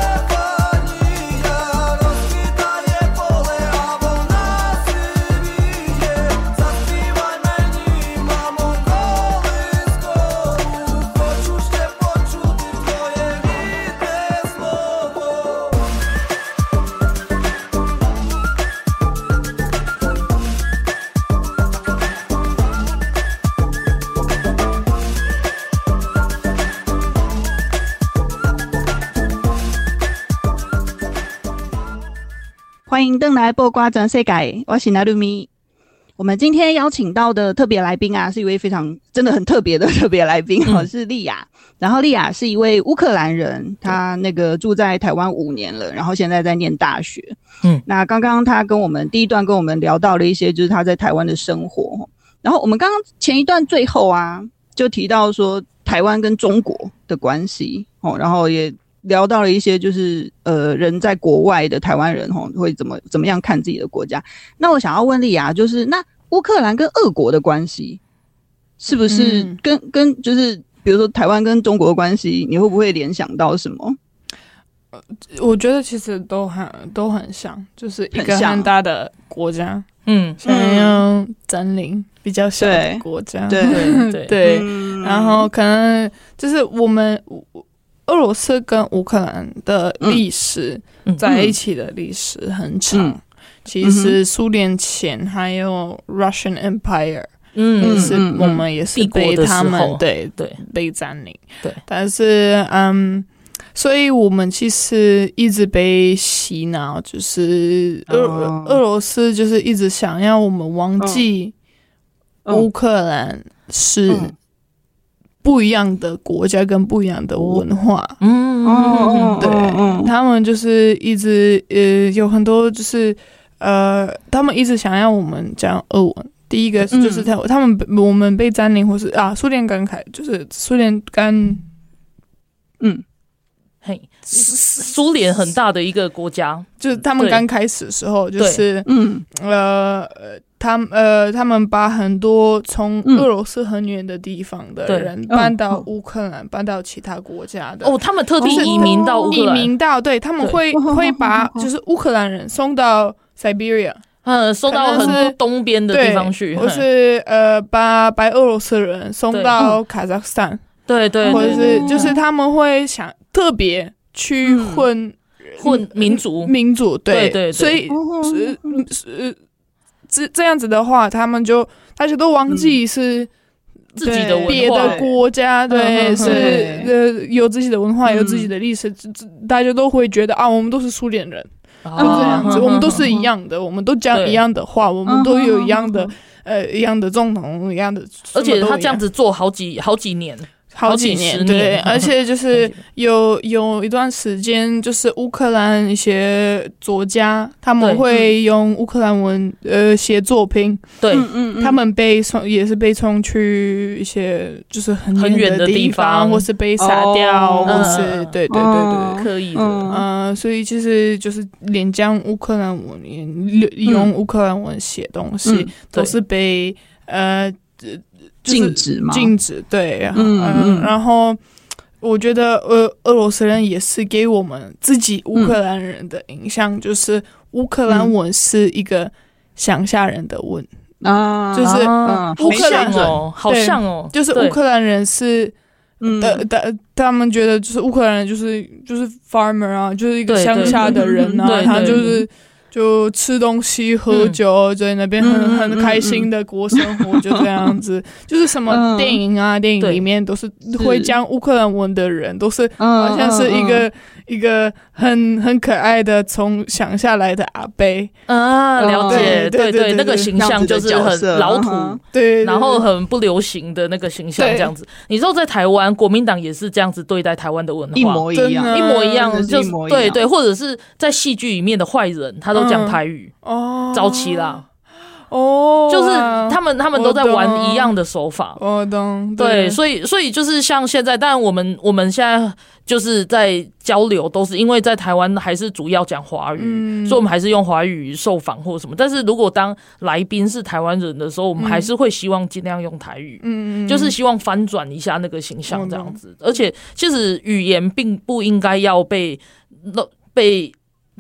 [SPEAKER 2] 欢迎邓来播瓜转世改，我是娜露咪。我们今天邀请到的特别来宾啊，是一位非常真的很特别的 *laughs* 特别来宾哦，是丽雅。然后丽雅是一位乌克兰人，她那个住在台湾五年了，然后现在在念大学。
[SPEAKER 1] 嗯，
[SPEAKER 2] 那刚刚她跟我们第一段跟我们聊到了一些，就是她在台湾的生活哦。然后我们刚刚前一段最后啊，就提到说台湾跟中国的关系哦，然后也聊到了一些就是呃人在国外的台湾人吼会怎么怎么样看自己的国家。那我想要问丽亚，就是那乌克兰跟俄国的关系是不是
[SPEAKER 3] 嗯
[SPEAKER 2] 跟、跟就是比如说台湾跟中国的关系，你会不会联想到什么？
[SPEAKER 3] 我觉得其实都很都很像，就是一个
[SPEAKER 2] 很像
[SPEAKER 3] 很大的国家
[SPEAKER 1] 嗯，
[SPEAKER 3] 想要占领比较小的国家，
[SPEAKER 1] *laughs*
[SPEAKER 2] 对
[SPEAKER 1] 对对，
[SPEAKER 3] 对，
[SPEAKER 2] 嗯
[SPEAKER 3] 然后可能就是我们俄罗斯跟乌克兰的历史、
[SPEAKER 1] 嗯
[SPEAKER 3] 在一起啊的历史很长。
[SPEAKER 2] 嗯
[SPEAKER 3] 其实苏联前还有 Russian Empire，、
[SPEAKER 1] 嗯
[SPEAKER 3] 也是
[SPEAKER 2] 嗯嗯
[SPEAKER 3] 我们也是
[SPEAKER 1] 帝国
[SPEAKER 3] 被
[SPEAKER 1] 的
[SPEAKER 3] 他
[SPEAKER 1] 时
[SPEAKER 3] 们
[SPEAKER 1] 候
[SPEAKER 3] 对
[SPEAKER 1] 对
[SPEAKER 3] 被占领，
[SPEAKER 1] 对
[SPEAKER 3] 但是嗯。所以我们其实一直被洗脑，就是俄、
[SPEAKER 2] 哦
[SPEAKER 3] 俄罗斯就是一直想要我们忘记
[SPEAKER 2] 嗯
[SPEAKER 3] 乌克兰是
[SPEAKER 2] 嗯
[SPEAKER 3] 不一样的国家跟不一样的文化。
[SPEAKER 1] 嗯，
[SPEAKER 2] 哦
[SPEAKER 3] 对他们就是一直呃有很多就是呃，他们一直想要我们讲俄文。第一个是
[SPEAKER 2] 嗯
[SPEAKER 3] 就是他、他们被我们被占领或是啊，苏联刚开就是苏联刚
[SPEAKER 2] 嗯
[SPEAKER 1] 嘿，苏联很大的一个国家，
[SPEAKER 3] 就是他们
[SPEAKER 1] 对
[SPEAKER 3] 刚开始的时候，就是
[SPEAKER 2] 嗯
[SPEAKER 3] 呃呃他们呃他们把很多从
[SPEAKER 2] 嗯
[SPEAKER 3] 俄罗斯很远的地方的
[SPEAKER 1] 对
[SPEAKER 3] 人
[SPEAKER 2] 嗯
[SPEAKER 3] 搬到
[SPEAKER 2] 嗯
[SPEAKER 3] 乌克兰，搬到其他国家的
[SPEAKER 1] 哦，他们特地
[SPEAKER 3] 就是
[SPEAKER 1] 移民到乌克
[SPEAKER 3] 移
[SPEAKER 1] 兰，
[SPEAKER 3] 民到对他们
[SPEAKER 1] 对 *laughs*
[SPEAKER 3] 会
[SPEAKER 2] 哦
[SPEAKER 3] 会把
[SPEAKER 2] 哦哦哦
[SPEAKER 3] 就是乌克兰人送到 Siberia。
[SPEAKER 1] 嗯，送到
[SPEAKER 3] 可
[SPEAKER 1] 很
[SPEAKER 3] 能
[SPEAKER 1] 多
[SPEAKER 3] 是
[SPEAKER 1] 东边的地方去，
[SPEAKER 3] 或
[SPEAKER 1] 嘿
[SPEAKER 3] 是呃把白俄罗斯人送
[SPEAKER 1] 对
[SPEAKER 3] 到 *laughs* 卡扎克斯坦，
[SPEAKER 1] 对对，
[SPEAKER 3] 或
[SPEAKER 1] 对
[SPEAKER 3] 者
[SPEAKER 1] 对
[SPEAKER 3] 是就是他们会想特别去
[SPEAKER 2] 嗯
[SPEAKER 3] 混、
[SPEAKER 1] 混民族，
[SPEAKER 3] 民主，
[SPEAKER 1] 对对对
[SPEAKER 3] 所以
[SPEAKER 2] 哦
[SPEAKER 3] 是是这这样子的话，他们就大家都忘记
[SPEAKER 1] 嗯
[SPEAKER 3] 是
[SPEAKER 1] 自己的文化，
[SPEAKER 3] 别的国家，对
[SPEAKER 1] 嗯哼
[SPEAKER 3] 是
[SPEAKER 2] 对
[SPEAKER 3] 呃有自己的文化，有自己
[SPEAKER 2] 嗯
[SPEAKER 3] 的历史，这这大家都会觉得啊，我们都是苏联人，就这样子，
[SPEAKER 1] 嗯嗯
[SPEAKER 3] 我们都是一样的，我们都讲一样的话，我们都有一样的呃一样的总统，一样的，
[SPEAKER 1] 而且他
[SPEAKER 3] 什么都一样
[SPEAKER 1] 这样子做好几好几年，
[SPEAKER 3] 好
[SPEAKER 1] 几
[SPEAKER 3] 几
[SPEAKER 1] 十
[SPEAKER 3] 年，
[SPEAKER 1] 年
[SPEAKER 3] 对，
[SPEAKER 1] *laughs*
[SPEAKER 3] 而且就是有有一段时间，就是乌克兰一些作家，他
[SPEAKER 1] 对嗯
[SPEAKER 3] 们会用乌克兰文呃写作品，
[SPEAKER 1] 对，
[SPEAKER 2] 嗯
[SPEAKER 3] 他们被送也是被送去一些就是很
[SPEAKER 1] 很远的
[SPEAKER 3] 的
[SPEAKER 1] 地方
[SPEAKER 3] 或是被杀掉，
[SPEAKER 2] 哦
[SPEAKER 3] 或是
[SPEAKER 1] 嗯嗯
[SPEAKER 3] 对对对对对。
[SPEAKER 1] 刻意的，
[SPEAKER 2] 嗯
[SPEAKER 3] 呃，所以就是就是连将乌克兰文也用乌克兰文写东西，
[SPEAKER 2] 嗯
[SPEAKER 3] 都是被呃就是
[SPEAKER 2] 禁止嘛，
[SPEAKER 3] 禁止，对，
[SPEAKER 2] 嗯
[SPEAKER 3] 嗯，
[SPEAKER 2] 嗯
[SPEAKER 3] 然后我觉得呃，俄罗斯人也是给我们自己乌克兰人的影响，就是乌克兰嗯文是一个乡下人的文，
[SPEAKER 2] 啊，
[SPEAKER 3] 就是嗯
[SPEAKER 1] 啊
[SPEAKER 3] 乌克
[SPEAKER 1] 好
[SPEAKER 3] 兰
[SPEAKER 1] 像哦，好
[SPEAKER 3] 对
[SPEAKER 1] 像哦，
[SPEAKER 3] 就是
[SPEAKER 1] 对
[SPEAKER 3] 乌克兰人是。
[SPEAKER 2] 嗯
[SPEAKER 3] 呃，他他们觉得就是乌克兰人就是就是 farmer 啊，就是一个
[SPEAKER 1] 对
[SPEAKER 3] 乡下的人
[SPEAKER 1] 对
[SPEAKER 3] 啊，
[SPEAKER 1] 对
[SPEAKER 3] 他就是就吃东西、喝酒，在那边
[SPEAKER 2] 嗯嗯
[SPEAKER 3] 很很
[SPEAKER 2] 嗯
[SPEAKER 3] 开心的过生活，就这样子。就是什么
[SPEAKER 2] 嗯
[SPEAKER 3] 电影啊，电影
[SPEAKER 1] 对
[SPEAKER 3] 里面都是会讲乌克兰文的人，都是
[SPEAKER 2] 嗯
[SPEAKER 3] 好像是一
[SPEAKER 2] 嗯
[SPEAKER 3] 个一个很很可爱的从乡下来的阿伯，
[SPEAKER 1] 啊，了解，
[SPEAKER 3] 嗯对对
[SPEAKER 1] 对
[SPEAKER 3] 对对
[SPEAKER 1] 那个
[SPEAKER 3] 对
[SPEAKER 1] 形象就是
[SPEAKER 2] 这样
[SPEAKER 1] 很
[SPEAKER 2] 子的角色
[SPEAKER 1] 老
[SPEAKER 2] 嗯
[SPEAKER 1] 土
[SPEAKER 2] 哼，
[SPEAKER 3] 对，
[SPEAKER 1] 然后很不流行的那个形象
[SPEAKER 3] 对
[SPEAKER 1] 这样子。你知道在台湾，国民党也是这样子对待台湾的文
[SPEAKER 2] 一
[SPEAKER 1] 化。
[SPEAKER 2] 模一
[SPEAKER 3] 真
[SPEAKER 2] 样，
[SPEAKER 3] 的
[SPEAKER 1] 一模一样，
[SPEAKER 2] 真的是
[SPEAKER 1] 就
[SPEAKER 2] 一
[SPEAKER 1] 是
[SPEAKER 2] 模一样
[SPEAKER 1] 对对，或者是在戏剧里面的坏人，他都讲台语。
[SPEAKER 3] 嗯哦，
[SPEAKER 1] 早期啦，
[SPEAKER 3] 哦，
[SPEAKER 1] 就是
[SPEAKER 3] 哇
[SPEAKER 1] 他们他们都在
[SPEAKER 3] 我懂
[SPEAKER 1] 玩一样的手法。
[SPEAKER 3] 我懂，啊
[SPEAKER 1] 对，所以所以就是像现在，但我们我们现在就是在交流，都是因为在台湾还是主要讲华语，
[SPEAKER 3] 嗯
[SPEAKER 1] 所以我们还是用华语受访或什么。但是如果当来宾是台湾人的时候，我们还是会希望尽量用台语。
[SPEAKER 3] 嗯，嗯
[SPEAKER 1] 就是希望翻转一下那个形象
[SPEAKER 3] 嗯
[SPEAKER 1] 这样子，而且其实语言并不应该要被被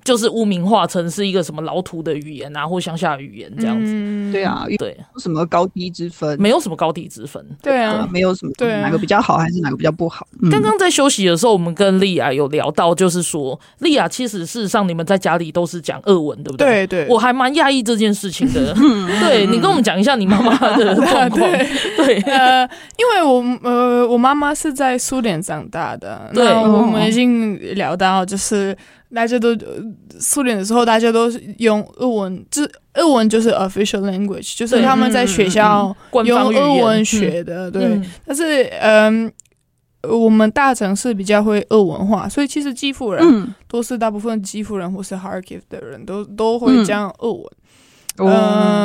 [SPEAKER 1] 就是污名化成是一个什么老土的语言啊，或乡下的语言这样子。
[SPEAKER 3] 嗯
[SPEAKER 2] 对啊，有
[SPEAKER 1] 对，
[SPEAKER 2] 什么高低之分？
[SPEAKER 1] 没有什么高低之分。
[SPEAKER 3] 对
[SPEAKER 2] 呃
[SPEAKER 3] 啊，
[SPEAKER 2] 没有什么
[SPEAKER 3] 对啊
[SPEAKER 2] 哪个比较好，还是哪个比较不好。嗯
[SPEAKER 1] 刚刚在休息的时候，我们跟丽亚有聊到，就是说，丽亚其实事实上你们在家里都是讲俄文，对不对？
[SPEAKER 3] 对对，
[SPEAKER 1] 我还蛮讶异这件事情
[SPEAKER 3] *laughs*
[SPEAKER 1] 的。对你跟我们讲一下你妈妈的状况。对，
[SPEAKER 3] *laughs* 呃，因为我呃，我妈妈是在苏联长大的，
[SPEAKER 1] 对
[SPEAKER 3] 那我们已经聊到，就是大家都呃苏联的时候，大家都是用俄文，就是俄文就是 official language，就是
[SPEAKER 1] 对
[SPEAKER 3] 他们在学校
[SPEAKER 1] 官
[SPEAKER 3] 用
[SPEAKER 1] 方语
[SPEAKER 3] 俄
[SPEAKER 1] 言
[SPEAKER 3] 文学的，对。
[SPEAKER 1] 嗯
[SPEAKER 3] 但是嗯、我们大城市比较会俄文化，所以其实基辅人、
[SPEAKER 2] 嗯，
[SPEAKER 3] 都是大部分基辅人或是 Kharkiv 的人都都会讲俄文。呃，
[SPEAKER 1] 嗯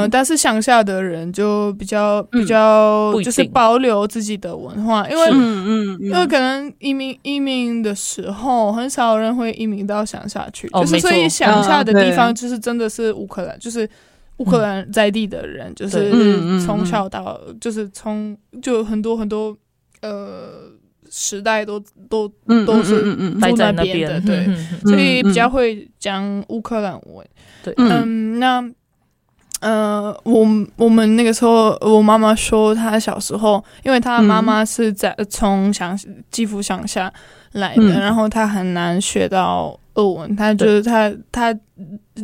[SPEAKER 2] 哦，
[SPEAKER 3] 但是乡下的人就比较
[SPEAKER 2] 嗯
[SPEAKER 3] 比较
[SPEAKER 1] 不一定
[SPEAKER 3] 就是保留自己的文化，因为
[SPEAKER 1] 是
[SPEAKER 2] 嗯嗯
[SPEAKER 3] 因为可能移民移民的时候，很少人会移民到乡下去，
[SPEAKER 1] 哦
[SPEAKER 3] 就是
[SPEAKER 1] 没错
[SPEAKER 3] 所以乡下的
[SPEAKER 2] 嗯
[SPEAKER 3] 地方
[SPEAKER 2] 对
[SPEAKER 3] 就是真的是乌克兰，就是乌克兰在地的人，就
[SPEAKER 1] 嗯对
[SPEAKER 3] 是
[SPEAKER 2] 嗯嗯
[SPEAKER 3] 从小到就是从就很多很多呃时代都都
[SPEAKER 2] 嗯，
[SPEAKER 3] 都是
[SPEAKER 2] 嗯嗯嗯
[SPEAKER 1] 待在
[SPEAKER 3] 住那边
[SPEAKER 1] 边
[SPEAKER 3] 的对
[SPEAKER 1] 嗯嗯嗯
[SPEAKER 3] 所以比较会讲乌克兰文。
[SPEAKER 1] 对
[SPEAKER 2] 嗯
[SPEAKER 3] 嗯，那呃，我我们那个时候，我妈妈说她小时候，因为她
[SPEAKER 2] 嗯
[SPEAKER 3] 妈妈是在从乡基辅乡下来的，
[SPEAKER 2] 嗯
[SPEAKER 3] 然后她很难学到俄文，她就是她她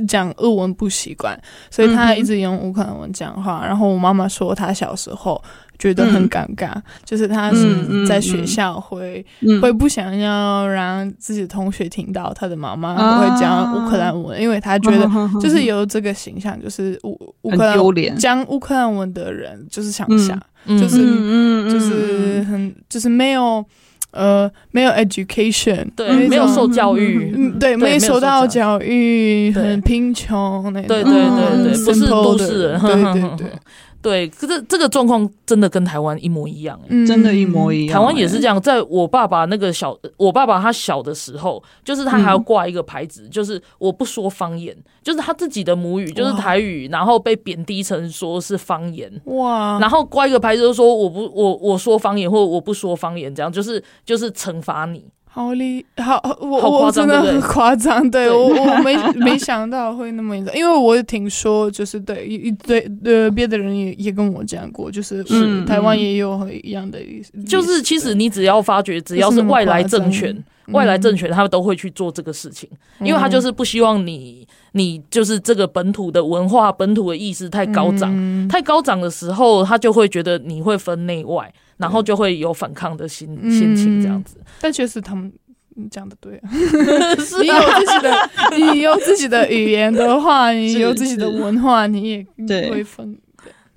[SPEAKER 3] 讲俄文不习惯，所以她
[SPEAKER 2] 嗯哼
[SPEAKER 3] 一直用乌克兰文讲话。然后我妈妈说，她小时候觉得很
[SPEAKER 2] 嗯
[SPEAKER 3] 尴尬，就是她
[SPEAKER 2] 嗯
[SPEAKER 3] 是
[SPEAKER 2] 嗯
[SPEAKER 3] 在
[SPEAKER 2] 嗯
[SPEAKER 3] 学校会。
[SPEAKER 2] 嗯
[SPEAKER 3] 会不想要让自己的同学听到他的妈妈
[SPEAKER 2] 啊
[SPEAKER 3] 会讲乌克兰文，因为他觉得就是有这个形象，就是乌乌克
[SPEAKER 2] 嗯很
[SPEAKER 3] 兰
[SPEAKER 2] 丢脸，
[SPEAKER 3] 讲乌克兰文的人就是乡下，
[SPEAKER 1] 嗯
[SPEAKER 3] 就是
[SPEAKER 2] 嗯
[SPEAKER 3] 就是很就是没有呃没有 education，那
[SPEAKER 1] 对，
[SPEAKER 3] 种
[SPEAKER 1] 没有受教育。
[SPEAKER 3] 嗯对
[SPEAKER 1] 对没有
[SPEAKER 3] 没
[SPEAKER 1] 受
[SPEAKER 3] 受到
[SPEAKER 1] 教
[SPEAKER 3] 教育，
[SPEAKER 1] 对
[SPEAKER 3] 很贫穷那种，
[SPEAKER 1] 对对
[SPEAKER 2] 嗯
[SPEAKER 1] 对对，
[SPEAKER 3] 很
[SPEAKER 1] 不是
[SPEAKER 3] simple
[SPEAKER 1] 都
[SPEAKER 3] 的
[SPEAKER 1] 市人，
[SPEAKER 3] 对对对，
[SPEAKER 1] *laughs* 对，可是这个状况真的跟台湾一模一样、欸，
[SPEAKER 3] 嗯
[SPEAKER 2] 真的，一模一样。
[SPEAKER 1] 台湾也是这样，在我爸爸那个小，我爸爸他小的时候，就是他
[SPEAKER 2] 嗯
[SPEAKER 1] 还要挂一个牌子，就是我不说方言，就是他自己的母语就是
[SPEAKER 3] 哇
[SPEAKER 1] 台语，然后被贬低成说是方言。
[SPEAKER 3] 嗯
[SPEAKER 2] 啊
[SPEAKER 3] 哇，
[SPEAKER 1] 然后挂一个牌子，就说我不我我说方言，或我不说方言，这样就是就是惩罚你。
[SPEAKER 3] 好厉好，我
[SPEAKER 1] 好夸
[SPEAKER 3] 我
[SPEAKER 1] 张
[SPEAKER 3] 真
[SPEAKER 1] 对
[SPEAKER 3] 的
[SPEAKER 1] 不
[SPEAKER 3] 很
[SPEAKER 1] 对
[SPEAKER 3] 夸张，对
[SPEAKER 1] 对
[SPEAKER 3] 我我没
[SPEAKER 1] *laughs*
[SPEAKER 3] 没想到会那么严重，因为我听说就是对一一对呃别的人也也跟我讲过，就是
[SPEAKER 2] 是
[SPEAKER 3] 台湾也有很一样的意思，
[SPEAKER 1] 嗯就是其实你只要发觉，只要
[SPEAKER 3] 不
[SPEAKER 1] 是
[SPEAKER 3] 是那么
[SPEAKER 1] 外来
[SPEAKER 3] 夸张
[SPEAKER 1] 政权，
[SPEAKER 3] 嗯
[SPEAKER 1] 外来政权他们都会去做这个事情，因为他就是不希望你你就是这个本土的文化、本土的意识太高涨。
[SPEAKER 3] 嗯
[SPEAKER 1] 太高涨的时候，他就会觉得你会分内外，然后就会有反抗的心
[SPEAKER 3] 嗯
[SPEAKER 1] 心情这样子。
[SPEAKER 3] 但确实他们你讲的对啊，
[SPEAKER 1] *laughs* 是
[SPEAKER 3] 你有自己的，你有自己的语言的话，你
[SPEAKER 2] 是
[SPEAKER 3] 有自己的文化，你也
[SPEAKER 2] 对
[SPEAKER 3] 会分。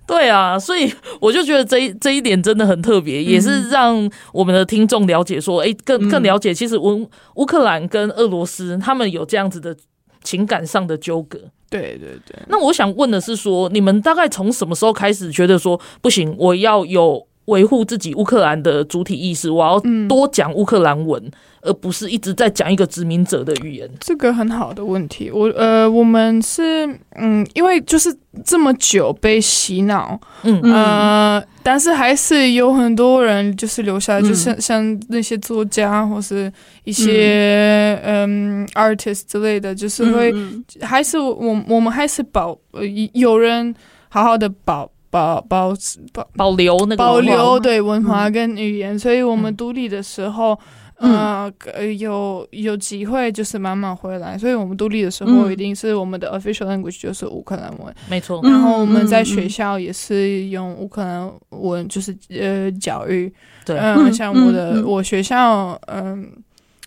[SPEAKER 1] 对啊，所以我就觉得这一这一点真的很特别，也
[SPEAKER 3] 嗯
[SPEAKER 1] 是让我们的听众了解说，哎、更更了解，其实乌乌克兰跟俄罗斯他们有这样子的情感上的纠葛。
[SPEAKER 3] 对对对，
[SPEAKER 1] 那我想问的是说，你们大概从什么时候开始觉得说不行，我要有维护自己乌克兰的主体意识，我要多讲乌克兰文，而不是一直在讲一个殖民者的语言？
[SPEAKER 3] 这个很好的问题。我呃，我们是嗯，因为就是这么久被洗脑，
[SPEAKER 1] 嗯
[SPEAKER 3] 呃，但是还是有很多人就是留下来，
[SPEAKER 2] 嗯
[SPEAKER 3] 就像像那些作家或是一些嗯 artist 之类的，就是会
[SPEAKER 2] 嗯
[SPEAKER 3] 还是我我们还是保呃有人好好的保保保保
[SPEAKER 1] 保留那个
[SPEAKER 3] 保
[SPEAKER 1] 文化
[SPEAKER 3] 留对文化跟语言，所以我们独立的时候，呃，呃有有机会就是慢慢回来，所以我们独立的时候
[SPEAKER 2] 嗯
[SPEAKER 3] 一定是我们的 official language 就是乌克兰文，
[SPEAKER 1] 没错，
[SPEAKER 2] 嗯
[SPEAKER 3] 然后我们在学
[SPEAKER 2] 嗯
[SPEAKER 3] 校也是用乌克兰文，就是呃教育，
[SPEAKER 1] 对，
[SPEAKER 3] 嗯、
[SPEAKER 2] 嗯
[SPEAKER 3] 像我的、
[SPEAKER 2] 嗯嗯
[SPEAKER 3] 我学校，嗯、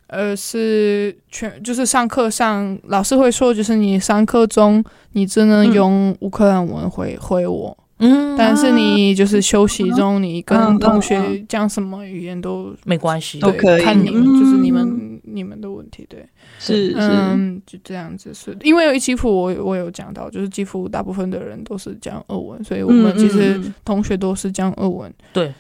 [SPEAKER 3] 呃，是全就是上课上老师会说，就是你上课中你只能
[SPEAKER 2] 嗯
[SPEAKER 3] 用乌克兰文回回我，
[SPEAKER 1] 嗯，
[SPEAKER 3] 但是你就是休息中你跟
[SPEAKER 2] 啊嗯
[SPEAKER 3] 同
[SPEAKER 2] 嗯
[SPEAKER 3] 学
[SPEAKER 2] 嗯
[SPEAKER 3] 讲什么语言都
[SPEAKER 1] 没关系，
[SPEAKER 2] 都
[SPEAKER 3] 对
[SPEAKER 2] 可以
[SPEAKER 3] 看你们
[SPEAKER 2] 嗯
[SPEAKER 3] 就是你们你们的问题，对，
[SPEAKER 2] 是是，
[SPEAKER 3] 嗯，就这样子是，因为基辅我我有讲到，就是基辅大部分的人都是讲俄文，所以我们其实同学都是讲俄文，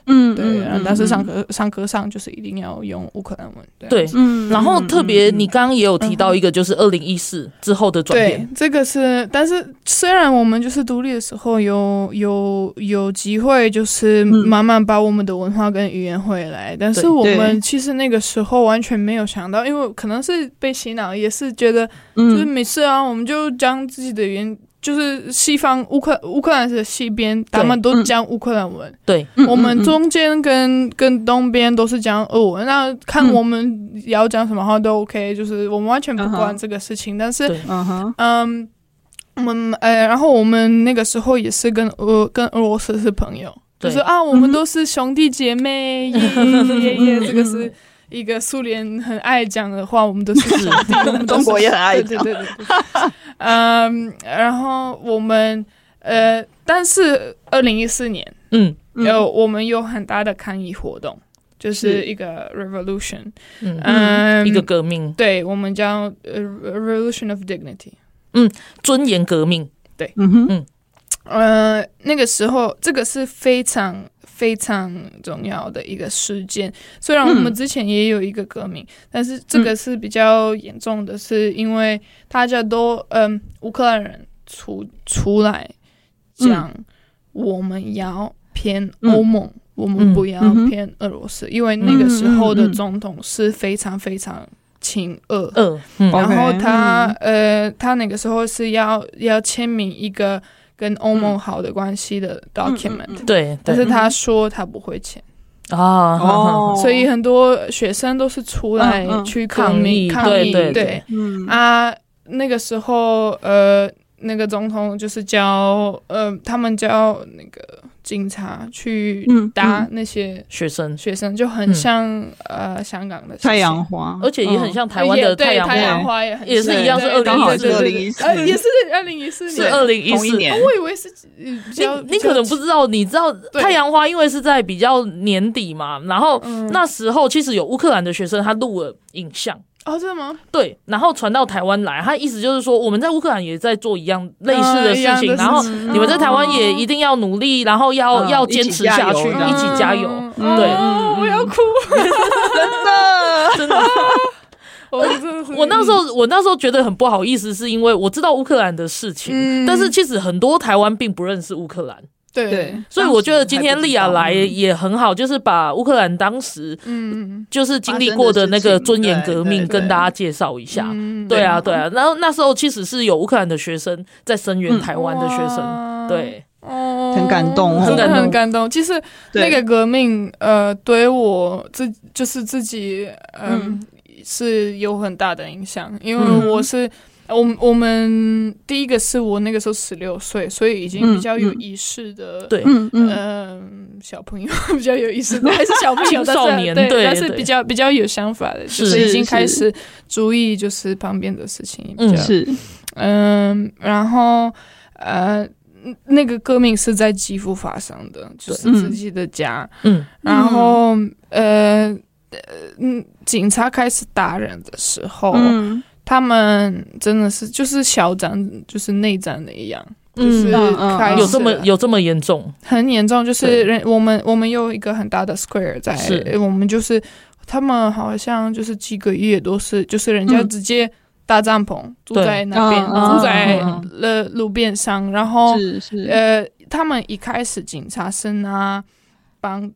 [SPEAKER 2] 嗯
[SPEAKER 3] 对，然后但是上课上课上就是一定要用乌克兰文，对
[SPEAKER 1] 对。
[SPEAKER 2] 嗯
[SPEAKER 1] 然后特别，你刚刚也有提到
[SPEAKER 3] 嗯
[SPEAKER 1] 一个，就是二零一四之后的转
[SPEAKER 3] 对
[SPEAKER 1] 变，，
[SPEAKER 3] 这个是，但是虽然我们就是独立的时候有有有机会，就是
[SPEAKER 2] 嗯
[SPEAKER 3] 慢慢把我们的文化跟语言回来，但是
[SPEAKER 1] 对
[SPEAKER 3] 我们
[SPEAKER 2] 对
[SPEAKER 3] 其实那个时候完全没有想到，因为可能是被洗脑，也是觉得就是
[SPEAKER 2] 嗯
[SPEAKER 3] 没事啊，我们就讲自己的语言，就是西方乌克乌克兰是西边，他们都讲乌克兰文，
[SPEAKER 1] 对，
[SPEAKER 3] 我们中间跟跟东边都是讲俄文，那看
[SPEAKER 2] 嗯
[SPEAKER 3] 我们要讲什么话都 OK，就是我们完全不
[SPEAKER 2] 嗯
[SPEAKER 3] 管
[SPEAKER 2] 哼
[SPEAKER 3] 这个事情。但是
[SPEAKER 1] 对，
[SPEAKER 2] 嗯哼，
[SPEAKER 3] 嗯，我们呃，然后我们那个时候也是跟俄跟俄罗斯是朋友，
[SPEAKER 1] 对
[SPEAKER 3] 就是啊，我们都是兄弟姐妹，耶耶耶耶，这个是一个苏联很爱讲的话，我们都是兄弟，我们都是
[SPEAKER 2] 中国也很爱
[SPEAKER 3] 对
[SPEAKER 2] 讲
[SPEAKER 3] 对对对对。 *laughs* 嗯，然后我们呃，但是二零一四年。
[SPEAKER 1] 嗯，
[SPEAKER 3] 呃，我们有很大的抗议活动，就是
[SPEAKER 2] 是
[SPEAKER 3] 一个 revolution，
[SPEAKER 1] 嗯
[SPEAKER 3] 嗯，
[SPEAKER 1] 一个革命，
[SPEAKER 3] 对，我们叫呃 revolution of dignity。
[SPEAKER 1] 尊严革命，
[SPEAKER 2] 嗯哼，
[SPEAKER 3] 呃，那个时候这个是非常非常重要的一个事件。虽然我们
[SPEAKER 2] 嗯
[SPEAKER 3] 之前也有一个革命，但是这个是比较严重的，是因为大家都嗯、乌克兰人出出来
[SPEAKER 2] 嗯
[SPEAKER 3] 讲，我们要偏欧盟。我们不要
[SPEAKER 2] 嗯嗯哼嗯
[SPEAKER 3] 偏俄罗斯，因为那个时候的总统是非常非常亲俄
[SPEAKER 1] 二，嗯
[SPEAKER 2] 哦
[SPEAKER 3] 然后
[SPEAKER 2] OK，
[SPEAKER 3] 他呃，他那个时候是要要签名一个跟欧盟好的关系的
[SPEAKER 2] 嗯
[SPEAKER 3] document，、
[SPEAKER 1] 对，
[SPEAKER 3] 但
[SPEAKER 1] 对
[SPEAKER 3] 是哦他说他不会签，
[SPEAKER 1] 啊，哈哈
[SPEAKER 3] 所以很多学生都是出来
[SPEAKER 2] 哦嗯嗯
[SPEAKER 3] 去抗议、
[SPEAKER 1] 抗
[SPEAKER 3] 抗
[SPEAKER 1] 议
[SPEAKER 3] 议，
[SPEAKER 1] 对对
[SPEAKER 2] 嗯
[SPEAKER 3] 啊，那个时候呃，那个总统就是叫呃，他们叫那个警察去
[SPEAKER 2] 嗯
[SPEAKER 3] 打那些
[SPEAKER 1] 学生，
[SPEAKER 3] 学生，就
[SPEAKER 1] 嗯
[SPEAKER 3] 很像、呃香港的事情呃
[SPEAKER 2] 太阳花，
[SPEAKER 1] 而且也很像台湾
[SPEAKER 3] 哦也
[SPEAKER 1] 的
[SPEAKER 3] 对
[SPEAKER 1] 太阳
[SPEAKER 3] 太
[SPEAKER 1] 花，
[SPEAKER 3] 阳花也很
[SPEAKER 1] 也是
[SPEAKER 3] 像
[SPEAKER 1] 一样是
[SPEAKER 3] 对
[SPEAKER 1] 2014
[SPEAKER 3] 刚好是
[SPEAKER 2] 2014
[SPEAKER 3] 呃也是二零一四
[SPEAKER 1] 是
[SPEAKER 3] 年，
[SPEAKER 1] 二零一
[SPEAKER 2] 同一
[SPEAKER 1] 四。
[SPEAKER 2] 年，
[SPEAKER 3] 我以为是呃比较
[SPEAKER 1] 你你可能不知道，你知道
[SPEAKER 3] 对
[SPEAKER 1] 太阳花因为是在比较年底嘛，然后
[SPEAKER 3] 嗯
[SPEAKER 1] 那时候其实有乌克兰的学生他录了影像，
[SPEAKER 3] 哦，真的吗？
[SPEAKER 1] 对，然后传到台湾来，他意思就是说，我们在乌克兰也在做一样类似的
[SPEAKER 3] 嗯
[SPEAKER 1] 事
[SPEAKER 3] 一样
[SPEAKER 1] 情，
[SPEAKER 3] 的事
[SPEAKER 1] 然后
[SPEAKER 3] 情
[SPEAKER 1] 你们在台湾也一定要努力，然后要、
[SPEAKER 2] 嗯
[SPEAKER 1] 要坚持下去，
[SPEAKER 2] 一起加油
[SPEAKER 1] 一起加油。
[SPEAKER 3] 嗯
[SPEAKER 1] 对
[SPEAKER 3] 哦我要哭，
[SPEAKER 1] 真的，
[SPEAKER 3] 哦我
[SPEAKER 1] *laughs*
[SPEAKER 3] 真的是
[SPEAKER 1] 我那时候我那时候觉得很不好意思，是因为我知道乌克兰的事情，
[SPEAKER 3] 嗯
[SPEAKER 1] 但是其实很多台湾并不认识乌克兰。
[SPEAKER 3] 对
[SPEAKER 2] 对，
[SPEAKER 1] 所以我觉得今天
[SPEAKER 2] 当时还不
[SPEAKER 1] 莉
[SPEAKER 2] 知
[SPEAKER 1] 亚
[SPEAKER 2] 道
[SPEAKER 1] 来也很好，就是把乌克兰当时
[SPEAKER 3] 嗯
[SPEAKER 1] 就是经历过的那个尊严革
[SPEAKER 2] 发生的事
[SPEAKER 1] 命
[SPEAKER 2] 情对
[SPEAKER 1] 跟大家介绍一下。
[SPEAKER 3] 嗯
[SPEAKER 1] 对啊，对啊，然后那时候其实是有乌克兰的学生在声
[SPEAKER 2] 嗯
[SPEAKER 1] 援台湾的学生，，对，
[SPEAKER 3] 哇哦
[SPEAKER 2] 很感动哦
[SPEAKER 3] 真的
[SPEAKER 1] 很
[SPEAKER 3] 很感动。其实那
[SPEAKER 2] 对
[SPEAKER 3] 个革命，呃，对我自呃就是自己，嗯，是有很大的影响，因为
[SPEAKER 1] 嗯
[SPEAKER 3] 我是我们我们第一个是我那个时候十六岁，所以已经比较有意识的，
[SPEAKER 1] 嗯对
[SPEAKER 2] 嗯嗯，
[SPEAKER 3] 嗯，小朋友 *laughs* 比较有意思，还是小朋友，
[SPEAKER 1] *laughs* 青少
[SPEAKER 3] 但是
[SPEAKER 1] 年
[SPEAKER 3] 对，
[SPEAKER 1] 对
[SPEAKER 3] 但是
[SPEAKER 1] 对
[SPEAKER 3] 比较比较有想法的，就是已经
[SPEAKER 2] 是
[SPEAKER 3] 开始注意就是旁边的事情，
[SPEAKER 1] 嗯
[SPEAKER 3] 比较
[SPEAKER 2] 是
[SPEAKER 3] 嗯，然后呃，那个革命是在基辅发生的，就是
[SPEAKER 2] 嗯
[SPEAKER 3] 自己的家，
[SPEAKER 1] 嗯，
[SPEAKER 3] 然后呃呃嗯，警察开始打人的时候，
[SPEAKER 2] 嗯
[SPEAKER 3] 他们真的是就是小战，就是内战的一样。就
[SPEAKER 1] 嗯
[SPEAKER 3] 是
[SPEAKER 2] 嗯嗯
[SPEAKER 3] 开始
[SPEAKER 1] 有这么有这么严重？
[SPEAKER 3] 很严重，就是
[SPEAKER 1] 对
[SPEAKER 3] 人我们我们有一个很大的 square 在
[SPEAKER 1] 是，
[SPEAKER 3] 我们就是他们好像就是几个月都是，就是人家
[SPEAKER 2] 嗯
[SPEAKER 3] 直接搭帐篷、住
[SPEAKER 1] 对
[SPEAKER 3] 在那边，
[SPEAKER 2] 嗯嗯
[SPEAKER 3] 住在
[SPEAKER 1] 嗯
[SPEAKER 3] 了路边上，然后
[SPEAKER 2] 是是，
[SPEAKER 3] 呃，他们一开始警察是拿棒
[SPEAKER 1] 棒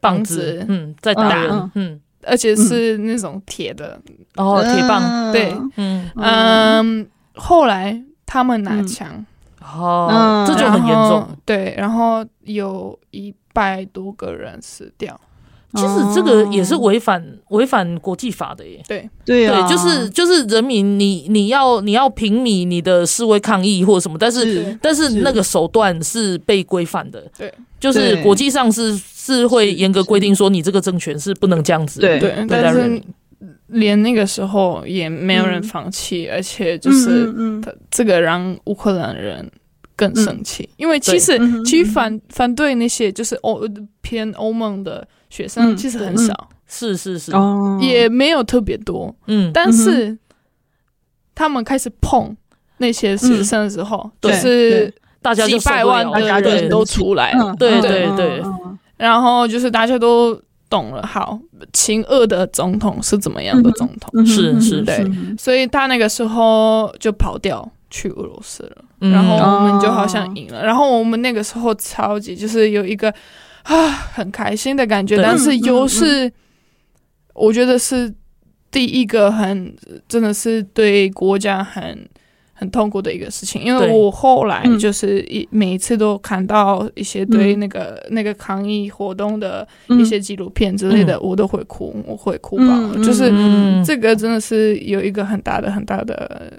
[SPEAKER 3] 棒
[SPEAKER 1] 子
[SPEAKER 3] 子，，
[SPEAKER 1] 嗯，在打人
[SPEAKER 2] 嗯，
[SPEAKER 1] 嗯，
[SPEAKER 3] 而且是那种铁的，
[SPEAKER 1] 哦，铁棒，
[SPEAKER 2] 嗯
[SPEAKER 3] 对
[SPEAKER 1] 嗯，
[SPEAKER 3] 嗯，后来他们拿
[SPEAKER 2] 嗯
[SPEAKER 3] 枪。
[SPEAKER 1] 哦，
[SPEAKER 2] 嗯
[SPEAKER 1] 这就
[SPEAKER 3] 然
[SPEAKER 1] 很严
[SPEAKER 3] 后
[SPEAKER 1] 重。
[SPEAKER 3] 对，然后有一百多个人死掉。
[SPEAKER 1] 其实这个也是违反违反国际法的耶。
[SPEAKER 3] 对，
[SPEAKER 2] 对啊
[SPEAKER 1] 对，就是就是人民，你你要你要平米你的示威抗议或什么，但是
[SPEAKER 2] 是
[SPEAKER 1] 但是那个手段是被规范的，
[SPEAKER 3] 对，
[SPEAKER 1] 就是
[SPEAKER 2] 对
[SPEAKER 1] 国际上是是会
[SPEAKER 2] 是
[SPEAKER 1] 严格规定说你这个政权是不能这样子
[SPEAKER 2] 对
[SPEAKER 3] 对，
[SPEAKER 1] 对待
[SPEAKER 3] 但
[SPEAKER 1] 人
[SPEAKER 3] 是
[SPEAKER 1] 民。
[SPEAKER 3] 连那个时候也没有人
[SPEAKER 2] 嗯
[SPEAKER 3] 放弃，而且就是
[SPEAKER 2] 嗯嗯
[SPEAKER 3] 他这个让乌克兰人更生气，因为其实
[SPEAKER 2] 对嗯
[SPEAKER 3] 其实反反对那些就是欧偏欧盟的学生
[SPEAKER 2] 嗯
[SPEAKER 3] 其实很
[SPEAKER 2] 对
[SPEAKER 3] 少，
[SPEAKER 1] 是是是，
[SPEAKER 2] 哦
[SPEAKER 3] 也没有特别多，
[SPEAKER 1] 嗯，
[SPEAKER 3] 但是他们开始碰。那些学生的时候，就
[SPEAKER 2] 嗯对
[SPEAKER 3] 是哎
[SPEAKER 1] 大家就
[SPEAKER 3] 几
[SPEAKER 1] 受
[SPEAKER 3] 百
[SPEAKER 1] 不
[SPEAKER 3] 万
[SPEAKER 1] 了
[SPEAKER 2] 大家
[SPEAKER 3] 的
[SPEAKER 2] 就
[SPEAKER 1] 对
[SPEAKER 3] 人都出来了，
[SPEAKER 2] 嗯
[SPEAKER 1] 对
[SPEAKER 2] 嗯
[SPEAKER 1] 对
[SPEAKER 2] 嗯
[SPEAKER 1] 对
[SPEAKER 2] 嗯
[SPEAKER 3] 然后就是大家都懂了，好，秦恶的总统是怎么样的总统，
[SPEAKER 2] 嗯
[SPEAKER 1] 是是
[SPEAKER 3] 对所以他那个时候就跑掉去俄罗斯了，
[SPEAKER 1] 嗯
[SPEAKER 3] 然后我们就好像赢了，然后我们那个时候超级就是有一个 *sighs* 啊很开心的感觉，
[SPEAKER 1] 对
[SPEAKER 3] 但是又
[SPEAKER 2] 嗯
[SPEAKER 3] 是、我觉得是第一个很真的是对国家很。很痛苦的一个事情，因为
[SPEAKER 1] 对
[SPEAKER 3] 我后来
[SPEAKER 2] 嗯
[SPEAKER 3] 就是一每一次都看到一些对
[SPEAKER 2] 嗯
[SPEAKER 3] 那个、那个抗议活动的
[SPEAKER 2] 嗯
[SPEAKER 3] 一些纪录片之类的，我都会哭，我会哭吧。
[SPEAKER 2] 嗯嗯
[SPEAKER 3] 就是、
[SPEAKER 1] 嗯
[SPEAKER 3] 这个真的是有一个很大的、很大的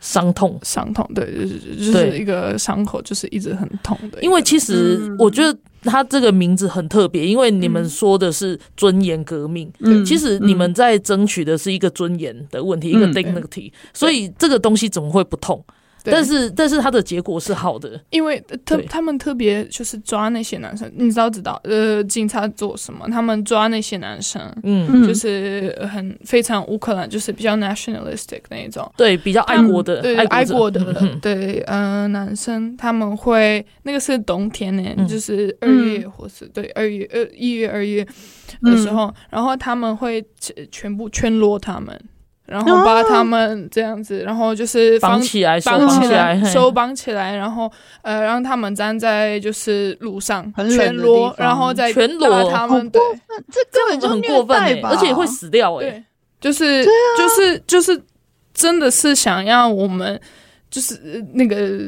[SPEAKER 1] 伤痛。
[SPEAKER 3] 伤痛，对，就是就是
[SPEAKER 1] 对
[SPEAKER 3] 一个伤口，就是一直很痛的一个。
[SPEAKER 1] 因为其实
[SPEAKER 2] 嗯
[SPEAKER 1] 我觉得他这个名字很特别，因为你
[SPEAKER 3] 嗯
[SPEAKER 1] 们说的是尊严革命，
[SPEAKER 2] 嗯
[SPEAKER 1] 其实你们在争取的是一个尊严的问题，一个
[SPEAKER 2] 嗯
[SPEAKER 1] dignity，所以这个东西怎么会不痛？
[SPEAKER 3] 对
[SPEAKER 1] 但是但是它的结果是好的，
[SPEAKER 3] 因为呃特
[SPEAKER 1] 对
[SPEAKER 3] 他们特别就是抓那些男生，你知道知道，呃，警察做什么？他们抓那些男生，
[SPEAKER 1] 嗯，
[SPEAKER 2] 嗯
[SPEAKER 3] 就是很非常乌克兰，就是比较 nationalistic 那一种。
[SPEAKER 1] 对，比较爱国的
[SPEAKER 3] 对，
[SPEAKER 1] 爱
[SPEAKER 3] 爱国
[SPEAKER 1] 者
[SPEAKER 3] 的， *laughs*
[SPEAKER 1] 嗯
[SPEAKER 3] 对，嗯、男生他们会那个是冬天呢，
[SPEAKER 1] 嗯
[SPEAKER 3] 就是二月或是对二月呃一月二月的时候，然后他们会全全部圈落他们，然后把他们这样子，然后就是
[SPEAKER 1] 绑
[SPEAKER 3] 放
[SPEAKER 1] 起来，手
[SPEAKER 3] 绑
[SPEAKER 1] 绑
[SPEAKER 3] 起来，
[SPEAKER 1] 嘿
[SPEAKER 3] 手绑起来，然后呃让他们站在就是路上
[SPEAKER 2] 很冷的
[SPEAKER 3] 全裸
[SPEAKER 2] 地，方
[SPEAKER 3] 然后再
[SPEAKER 1] 全裸
[SPEAKER 3] 打他
[SPEAKER 2] 好
[SPEAKER 3] 们对。
[SPEAKER 2] 哦这根本就
[SPEAKER 1] 很过分
[SPEAKER 2] 虐
[SPEAKER 1] 欸
[SPEAKER 2] 待，吧
[SPEAKER 1] 而且会死掉哎，
[SPEAKER 3] 对，就是、就是就是真的是想要我们就是呃那个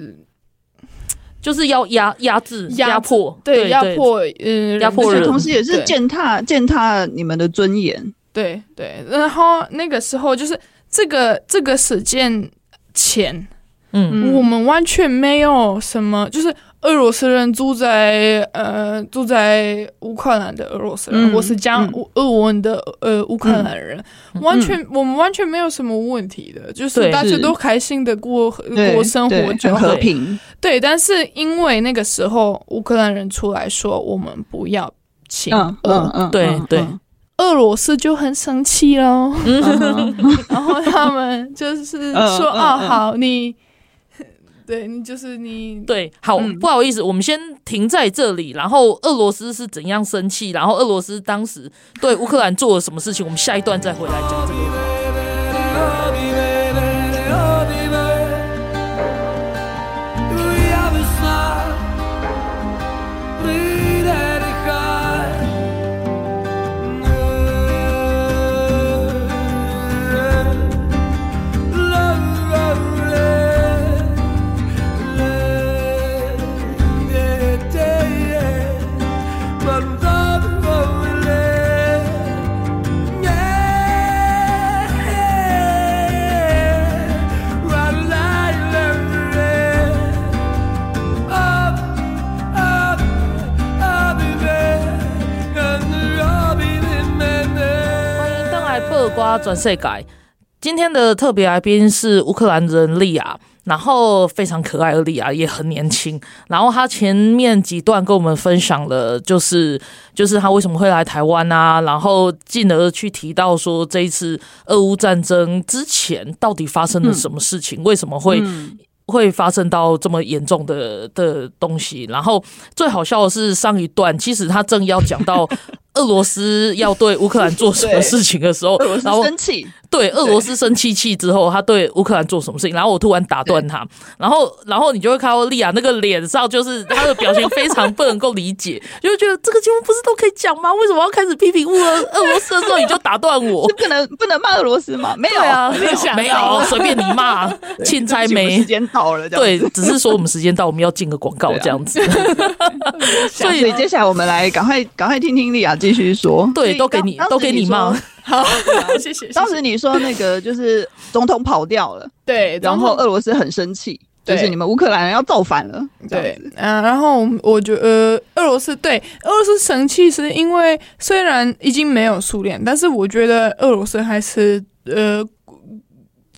[SPEAKER 1] 就是要压压制、
[SPEAKER 3] 压制
[SPEAKER 1] 压迫，
[SPEAKER 3] 对压
[SPEAKER 1] 对
[SPEAKER 3] 迫呃
[SPEAKER 1] 压迫
[SPEAKER 3] 的
[SPEAKER 2] 而且
[SPEAKER 1] 人
[SPEAKER 2] 同时也是
[SPEAKER 3] 对
[SPEAKER 2] 践踏践踏了你们的尊严，
[SPEAKER 3] 对对，然后那个时候就是这个这个事件前，
[SPEAKER 1] 嗯
[SPEAKER 3] 我们完全没有什么，就是俄罗斯人住在呃住在乌克兰的俄罗斯人，
[SPEAKER 2] 嗯
[SPEAKER 3] 或是讲
[SPEAKER 2] 嗯
[SPEAKER 3] 乌俄文的呃乌
[SPEAKER 1] 嗯
[SPEAKER 3] 克兰人，完全、我们完全没有什么问题的，就是
[SPEAKER 1] 对
[SPEAKER 3] 大家
[SPEAKER 2] 是
[SPEAKER 3] 都开心的过
[SPEAKER 2] 对，
[SPEAKER 3] 过生活
[SPEAKER 2] 对
[SPEAKER 3] 就
[SPEAKER 2] 很
[SPEAKER 3] 好
[SPEAKER 2] 和平，
[SPEAKER 3] 对，但是因为那个时候乌克兰人出来说我们不要请
[SPEAKER 2] 嗯嗯
[SPEAKER 3] 俄，
[SPEAKER 2] 嗯，
[SPEAKER 1] 对
[SPEAKER 2] 嗯
[SPEAKER 1] 对
[SPEAKER 2] 嗯
[SPEAKER 3] 俄罗斯就很生气喽，
[SPEAKER 2] 嗯嗯
[SPEAKER 3] *laughs* 然后他们就是
[SPEAKER 2] 嗯
[SPEAKER 3] 说
[SPEAKER 2] 嗯
[SPEAKER 3] 啊，
[SPEAKER 2] 嗯
[SPEAKER 3] 好你，对你就是你，
[SPEAKER 1] 对，好，
[SPEAKER 3] 嗯
[SPEAKER 1] 不好意思，我们先停在这里。然后俄罗斯是怎样生气？然后俄罗斯当时对乌克兰做了什么事情？我们下一段再回来讲这个问题。
[SPEAKER 4] Yeah.
[SPEAKER 1] 哇转世改。今天的特别来宾是乌克兰人莉亚，然后非常可爱的莉亚也很年轻。然后她前面几段跟我们分享了，就是就是她为什么会来台湾啊，然后进而去提到说这一次俄乌战争之前到底发生了什么事情，为什么会
[SPEAKER 2] 嗯
[SPEAKER 1] 会发生到这么严重的的东西。然后最好笑的是上一段，其实他正要讲到俄罗斯要对乌克兰做
[SPEAKER 2] *laughs*
[SPEAKER 1] 什么事情的时候
[SPEAKER 2] 俄罗，斯
[SPEAKER 1] 然后
[SPEAKER 2] 生气，
[SPEAKER 1] 对俄罗斯生气气之后，他对乌克兰做什么事情，然后我突然打断他，然后然后你就会看到莉亚那个脸上就是她的表情非常不能够理解， *laughs* 就会觉得这个节目不是都可以讲吗？为什么要开始批评乌俄俄罗斯的时候你就打断我
[SPEAKER 2] *laughs* 就？不能不能骂俄罗斯嘛？没有
[SPEAKER 1] 对啊，
[SPEAKER 2] 没有
[SPEAKER 1] 没有，随便你骂，钦差
[SPEAKER 2] 时
[SPEAKER 1] 没。
[SPEAKER 2] 间到了，这样
[SPEAKER 1] 对
[SPEAKER 2] 子，
[SPEAKER 1] 只是说我们时间到，我们要进个广告这样子。所
[SPEAKER 2] 所
[SPEAKER 1] 以
[SPEAKER 2] 以接下来我们来赶快赶快听听莉亚继续说。所
[SPEAKER 1] 对，
[SPEAKER 2] 以
[SPEAKER 1] 都给
[SPEAKER 2] 当
[SPEAKER 1] 你
[SPEAKER 2] 当时
[SPEAKER 1] 都给你
[SPEAKER 2] 说
[SPEAKER 1] 骂。
[SPEAKER 3] 好，啊谢谢。
[SPEAKER 2] 当时你说那个就是总统跑掉了，
[SPEAKER 3] 对，
[SPEAKER 2] 然后俄罗斯很生气，就
[SPEAKER 3] 对
[SPEAKER 2] 是你们乌克兰人要造反了，这样
[SPEAKER 3] 对
[SPEAKER 2] 子，
[SPEAKER 3] 嗯、然后我觉得呃俄罗斯对俄罗斯生气是因为虽然已经没有苏联，但是我觉得俄罗斯还是呃。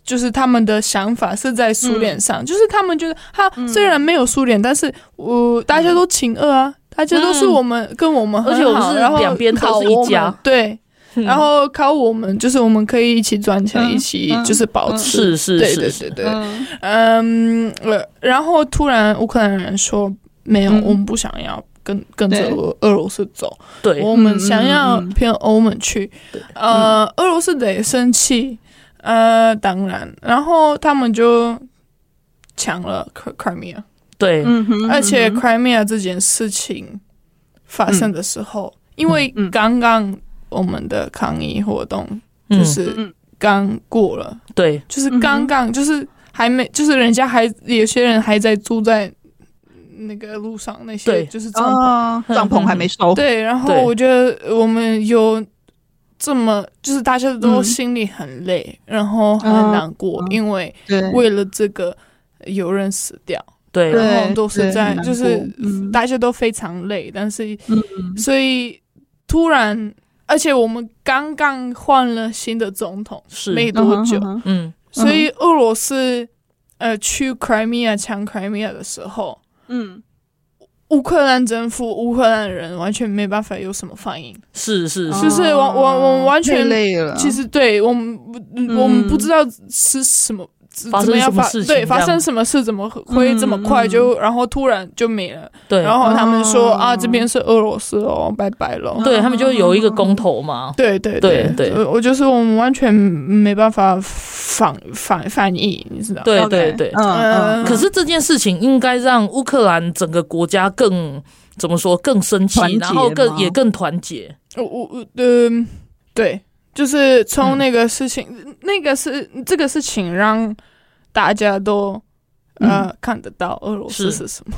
[SPEAKER 3] 就是他们的想法是在苏联
[SPEAKER 1] 嗯
[SPEAKER 3] 上，就是他们觉得哈，虽然没有苏联，但是我、大家都亲俄啊，大家都是我们、跟我们
[SPEAKER 1] 嗯
[SPEAKER 3] 很
[SPEAKER 1] 而且我们
[SPEAKER 3] 好
[SPEAKER 1] 是
[SPEAKER 3] 然后
[SPEAKER 1] 两边都是
[SPEAKER 3] 靠
[SPEAKER 1] 一
[SPEAKER 3] 我们
[SPEAKER 1] 家嗯
[SPEAKER 3] 对，然后靠我们就是我们可以一起赚钱，
[SPEAKER 2] 嗯
[SPEAKER 3] 一起
[SPEAKER 2] 嗯
[SPEAKER 3] 就是保
[SPEAKER 1] 是
[SPEAKER 3] 持，
[SPEAKER 1] 是
[SPEAKER 3] 对
[SPEAKER 1] 是
[SPEAKER 3] 对
[SPEAKER 1] 是
[SPEAKER 3] 对对，
[SPEAKER 2] 嗯，
[SPEAKER 3] 嗯，呃然后突然乌克兰人说：“没有，
[SPEAKER 2] 嗯
[SPEAKER 3] 我们不想要跟跟着
[SPEAKER 2] 对
[SPEAKER 3] 俄俄罗斯走，
[SPEAKER 1] 对，
[SPEAKER 3] 我们想要
[SPEAKER 2] 嗯嗯嗯嗯
[SPEAKER 3] 偏欧盟去。呃，俄罗斯得生气，呃，当然，然后他们就抢了 Cri- Crimea，、
[SPEAKER 1] 对，
[SPEAKER 2] 嗯哼
[SPEAKER 3] 而且 Crimea 这件事情发生的时候，因为
[SPEAKER 2] 嗯
[SPEAKER 3] 刚刚我们的抗议活动就
[SPEAKER 1] 嗯，
[SPEAKER 3] 是
[SPEAKER 2] 嗯
[SPEAKER 3] 刚过了。
[SPEAKER 1] 对，
[SPEAKER 3] 就是刚刚就是还没，就是人家还有些人还在住在那个路上那
[SPEAKER 1] 对
[SPEAKER 3] 些就是帐篷。
[SPEAKER 2] 啊，
[SPEAKER 1] 嗯
[SPEAKER 2] 帐篷还没收，
[SPEAKER 3] 对，然后
[SPEAKER 1] 对
[SPEAKER 3] 我觉得我们有这么就是大家都心里很累，然后很难过，
[SPEAKER 2] 嗯
[SPEAKER 3] 因为
[SPEAKER 2] 对
[SPEAKER 3] 为了这个有人死掉，
[SPEAKER 1] 对，
[SPEAKER 2] 对
[SPEAKER 3] 然后都是
[SPEAKER 2] 对
[SPEAKER 3] 在
[SPEAKER 2] 很难
[SPEAKER 3] 就是
[SPEAKER 2] 过嗯
[SPEAKER 3] 大家都非常累，但是
[SPEAKER 2] 嗯
[SPEAKER 3] 所以突然。而且我们刚刚换了新的总统，
[SPEAKER 1] 是
[SPEAKER 3] 没多久，
[SPEAKER 2] 嗯
[SPEAKER 1] 嗯，
[SPEAKER 3] 所以俄罗斯呃去 Crimea 抢 Crimea 的时候，
[SPEAKER 2] 嗯
[SPEAKER 3] 乌克兰政府、乌克兰人完全没办法有什么反应，
[SPEAKER 1] 是是
[SPEAKER 2] 嗯
[SPEAKER 1] 是，
[SPEAKER 3] 就是我我我完全
[SPEAKER 2] 太累
[SPEAKER 1] 嗯
[SPEAKER 2] 了，
[SPEAKER 3] 其实对我们不
[SPEAKER 2] 嗯
[SPEAKER 3] 我们不知道是什么。怎
[SPEAKER 1] 发生
[SPEAKER 3] 嗯怎么样
[SPEAKER 1] 什么
[SPEAKER 3] 发
[SPEAKER 1] 事情
[SPEAKER 3] 对，
[SPEAKER 1] 这样
[SPEAKER 3] 发生什么事？怎么会
[SPEAKER 2] 嗯
[SPEAKER 3] 这么快就，然后突然就没了？
[SPEAKER 1] 对，
[SPEAKER 3] 然后他们说、
[SPEAKER 2] 哦
[SPEAKER 3] 啊，这边是俄罗斯哦，拜拜喽。
[SPEAKER 1] 对他们就有一个公投嘛，
[SPEAKER 3] 对对
[SPEAKER 1] 嗯对对
[SPEAKER 3] 我我就是我们完全没办法反反反应，你知道？
[SPEAKER 1] 对
[SPEAKER 2] OK，
[SPEAKER 1] 对对。
[SPEAKER 2] 嗯嗯，
[SPEAKER 1] 可是这件事情应该让乌克兰整个国家更怎么说更生气
[SPEAKER 2] 团，结
[SPEAKER 1] 然后更
[SPEAKER 2] 吗
[SPEAKER 1] 也更团结。
[SPEAKER 3] 我我我嗯，对，就是
[SPEAKER 2] 嗯
[SPEAKER 3] 从那个事情，那个是这个事情让大家都呃、
[SPEAKER 2] 嗯
[SPEAKER 3] 看得到俄罗斯
[SPEAKER 1] 是
[SPEAKER 3] 是什么，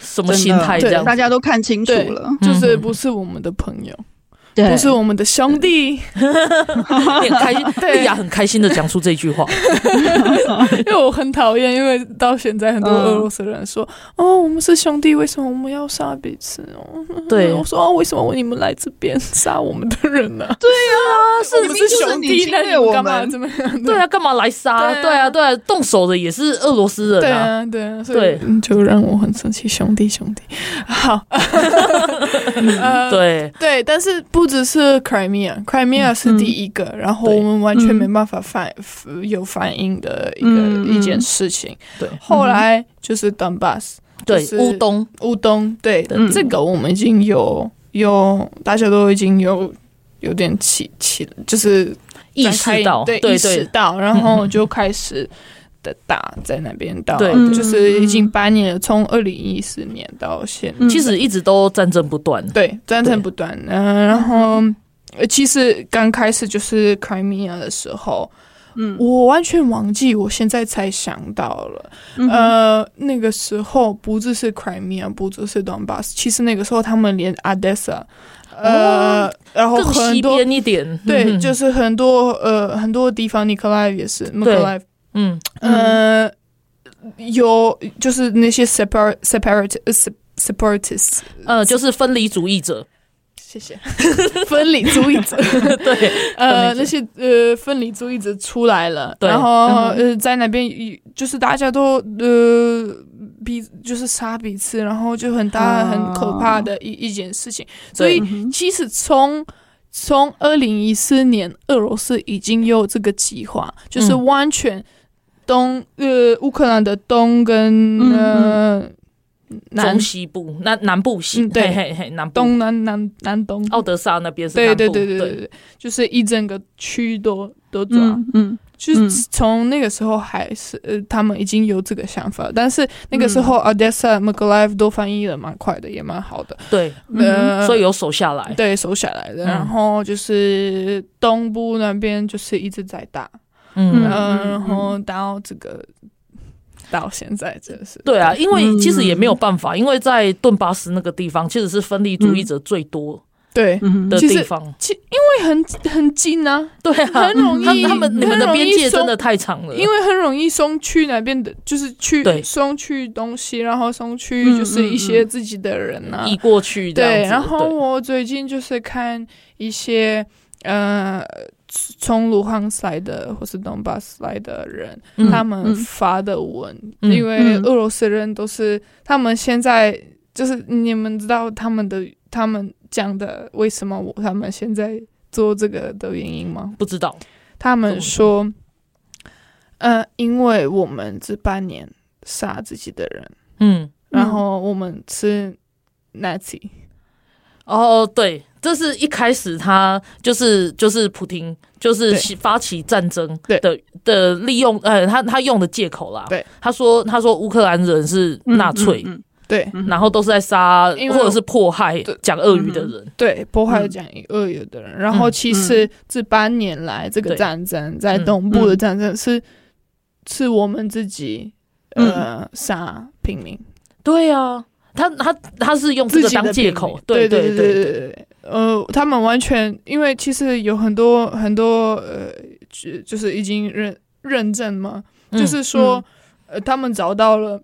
[SPEAKER 1] 什么
[SPEAKER 2] 真的
[SPEAKER 1] 心态这样
[SPEAKER 3] 对？
[SPEAKER 2] 大家都看清楚
[SPEAKER 3] 对
[SPEAKER 2] 了，嗯
[SPEAKER 3] 就是不是我们的朋友，
[SPEAKER 2] 对
[SPEAKER 3] 不是我们的兄
[SPEAKER 2] *laughs*
[SPEAKER 3] 弟，
[SPEAKER 1] 你很开心，
[SPEAKER 3] 对
[SPEAKER 1] 莉亚很开心的讲出这句话。
[SPEAKER 3] 因为我很讨厌，因为到现在很多
[SPEAKER 2] 嗯
[SPEAKER 3] 俄罗斯人说、哦，我们是兄弟，为什么我们要杀彼此？哦，
[SPEAKER 1] 对
[SPEAKER 3] 我说哦，为什么你们来这边杀我们的人呢、
[SPEAKER 2] 对啊，
[SPEAKER 3] 我
[SPEAKER 2] 是
[SPEAKER 3] 们是兄弟，那你们
[SPEAKER 2] 我
[SPEAKER 3] 干嘛
[SPEAKER 2] 们
[SPEAKER 3] 这么样？
[SPEAKER 1] 对啊，干嘛来杀？
[SPEAKER 3] 对啊
[SPEAKER 1] 对啊，对啊，动手的也是俄罗斯
[SPEAKER 3] 对
[SPEAKER 1] 人啊。
[SPEAKER 3] 啊，对啊，所
[SPEAKER 1] 对
[SPEAKER 3] 以嗯就让我很生气，兄弟兄弟。好，呃
[SPEAKER 1] 嗯对，嗯
[SPEAKER 3] 对，但是不只是 Crimea，Crimea 是第一个，然后
[SPEAKER 1] 对
[SPEAKER 3] 我们完全没办法反有反应的一个
[SPEAKER 2] 嗯
[SPEAKER 3] 一件事情。
[SPEAKER 1] 对
[SPEAKER 3] 后来就是 Donbas
[SPEAKER 1] 对
[SPEAKER 3] 就是
[SPEAKER 1] 乌东，
[SPEAKER 3] 乌东，对
[SPEAKER 1] 对，
[SPEAKER 3] 这个我们已经有有大家都已经有有点起起，就是
[SPEAKER 1] 意
[SPEAKER 3] 展
[SPEAKER 1] 识
[SPEAKER 3] 开
[SPEAKER 1] 到，
[SPEAKER 3] 对，
[SPEAKER 1] 对
[SPEAKER 3] 意识
[SPEAKER 1] 对
[SPEAKER 3] 到，然后就开始的打在那边打，
[SPEAKER 1] 对
[SPEAKER 3] 就是已经八年了，从二零一四年到现
[SPEAKER 2] 嗯
[SPEAKER 3] 在，
[SPEAKER 1] 其实一直都战争不断。
[SPEAKER 3] 对战争不断，嗯、然后呃其实刚开始就是 Crimea 的时候。
[SPEAKER 2] 嗯
[SPEAKER 3] 我完全忘记，我现在才想到了。
[SPEAKER 2] 嗯
[SPEAKER 3] 呃，那个时候不只是 Crimea，不只是 Donbas，其实那个时候他们连 Odessa，呃，然后
[SPEAKER 1] 哦更
[SPEAKER 3] 很
[SPEAKER 1] 西
[SPEAKER 3] 多
[SPEAKER 1] 边一点，
[SPEAKER 3] 对，
[SPEAKER 1] 嗯
[SPEAKER 3] 就，是很多呃很多地方，尼克拉也是，克拉，
[SPEAKER 1] 嗯，
[SPEAKER 3] 呃，有就是呃那些 separate separate separatists，
[SPEAKER 1] 呃，就是分离主义者，
[SPEAKER 3] 谢谢。 *laughs* 分离主义
[SPEAKER 1] *laughs*
[SPEAKER 3] 者，
[SPEAKER 1] 对，
[SPEAKER 3] 呃，
[SPEAKER 1] 分
[SPEAKER 3] 那
[SPEAKER 1] 离
[SPEAKER 3] 些呃分离主义者出来了，
[SPEAKER 1] 对嗯
[SPEAKER 3] 然后呃在那边就是大家都呃彼就是杀彼此，然后就很大
[SPEAKER 2] 啊
[SPEAKER 3] 很可怕的一一件事情。所
[SPEAKER 1] 嗯
[SPEAKER 3] 以其实从从二零一四年，俄罗斯已经有这个计划，就是
[SPEAKER 1] 嗯
[SPEAKER 3] 完全东呃乌克兰的东跟
[SPEAKER 2] 嗯
[SPEAKER 3] 呃南
[SPEAKER 1] 中西部南南部西，
[SPEAKER 3] 嗯对
[SPEAKER 1] 嘿嘿嘿，南部
[SPEAKER 3] 东南南南东
[SPEAKER 1] 奥德萨那边哦是南
[SPEAKER 3] 对
[SPEAKER 1] 部，
[SPEAKER 3] 对对对对
[SPEAKER 1] 对，
[SPEAKER 3] 对，就是一整个区都都抓，
[SPEAKER 2] 嗯嗯
[SPEAKER 3] 就是从那个时候还是呃，他们已经有这个想法，但是那个时候
[SPEAKER 1] 嗯
[SPEAKER 3] Odessa、m c l i v e 都翻译的蛮快的，也蛮好的，
[SPEAKER 1] 对
[SPEAKER 2] 嗯
[SPEAKER 3] 呃，
[SPEAKER 1] 嗯所以有守下来，
[SPEAKER 3] 对守下来的。
[SPEAKER 1] 嗯
[SPEAKER 3] 然后就是东部那边就是一直在打，
[SPEAKER 1] 嗯
[SPEAKER 2] 嗯
[SPEAKER 3] 呃，然后到这个到现在真是
[SPEAKER 1] 对啊，因为其实也没有办法，因为在顿巴斯那个地方，其实是分离主义者最多
[SPEAKER 3] 对，因
[SPEAKER 2] 嗯
[SPEAKER 1] 的
[SPEAKER 3] 其实
[SPEAKER 1] 地方。
[SPEAKER 3] 为很很近啊，
[SPEAKER 1] 对啊，
[SPEAKER 3] 很容易
[SPEAKER 1] 他他们你们
[SPEAKER 3] 很
[SPEAKER 1] 的
[SPEAKER 3] 容易
[SPEAKER 1] 边界
[SPEAKER 3] 松
[SPEAKER 1] 真的太长了，
[SPEAKER 3] 因为很容易送去那边的，就是去
[SPEAKER 1] 对
[SPEAKER 3] 送去东西，然后送去
[SPEAKER 2] 嗯
[SPEAKER 3] 就是一些
[SPEAKER 2] 嗯嗯
[SPEAKER 3] 自己的人呐、
[SPEAKER 1] 移过去这样
[SPEAKER 3] 对，
[SPEAKER 1] 子
[SPEAKER 3] 然后
[SPEAKER 1] 对
[SPEAKER 3] 我最近就是看一些呃从卢汉斯来的或是东巴斯来的人，
[SPEAKER 1] 嗯
[SPEAKER 3] 他们
[SPEAKER 2] 嗯
[SPEAKER 3] 发的文，
[SPEAKER 1] 嗯
[SPEAKER 3] 因为
[SPEAKER 2] 嗯
[SPEAKER 3] 俄罗斯人都是他们现在就是你们知道他们的他们讲的为什么我他们现在做这个的原因吗？
[SPEAKER 1] 不知道，
[SPEAKER 3] 他们说，呃，因为我们这半年杀自己的人，
[SPEAKER 1] 嗯，
[SPEAKER 3] 然后我们是 Nazi，
[SPEAKER 1] 哦，对，这是一开始他就是就是普廷就是
[SPEAKER 3] 对
[SPEAKER 1] 起发起战争
[SPEAKER 3] 对
[SPEAKER 1] 的的利用，呃，他他用的借口啦。
[SPEAKER 3] 对，
[SPEAKER 1] 他说他说乌克兰人是纳粹，
[SPEAKER 2] 嗯
[SPEAKER 3] 对
[SPEAKER 1] 然后都是在杀
[SPEAKER 3] 因
[SPEAKER 1] 或
[SPEAKER 3] 为
[SPEAKER 1] 者是迫害
[SPEAKER 3] 对嗯
[SPEAKER 1] 讲俄语的人。
[SPEAKER 3] 对，破坏讲恶有的人。然后其实这半年来，这个
[SPEAKER 1] 对
[SPEAKER 3] 战争在东部的战争是是我们自己呃杀平民，
[SPEAKER 1] 对啊，他他他是用这
[SPEAKER 3] 自
[SPEAKER 1] 个
[SPEAKER 3] 己的
[SPEAKER 1] 当
[SPEAKER 3] 平
[SPEAKER 1] 借
[SPEAKER 3] 民
[SPEAKER 1] 口。
[SPEAKER 3] 对
[SPEAKER 1] 对
[SPEAKER 3] 对对对对。呃，他们完全因为其实有很多很多呃，就就是已经认认证嘛，
[SPEAKER 1] 嗯嗯
[SPEAKER 3] 就是说，呃，他们找到了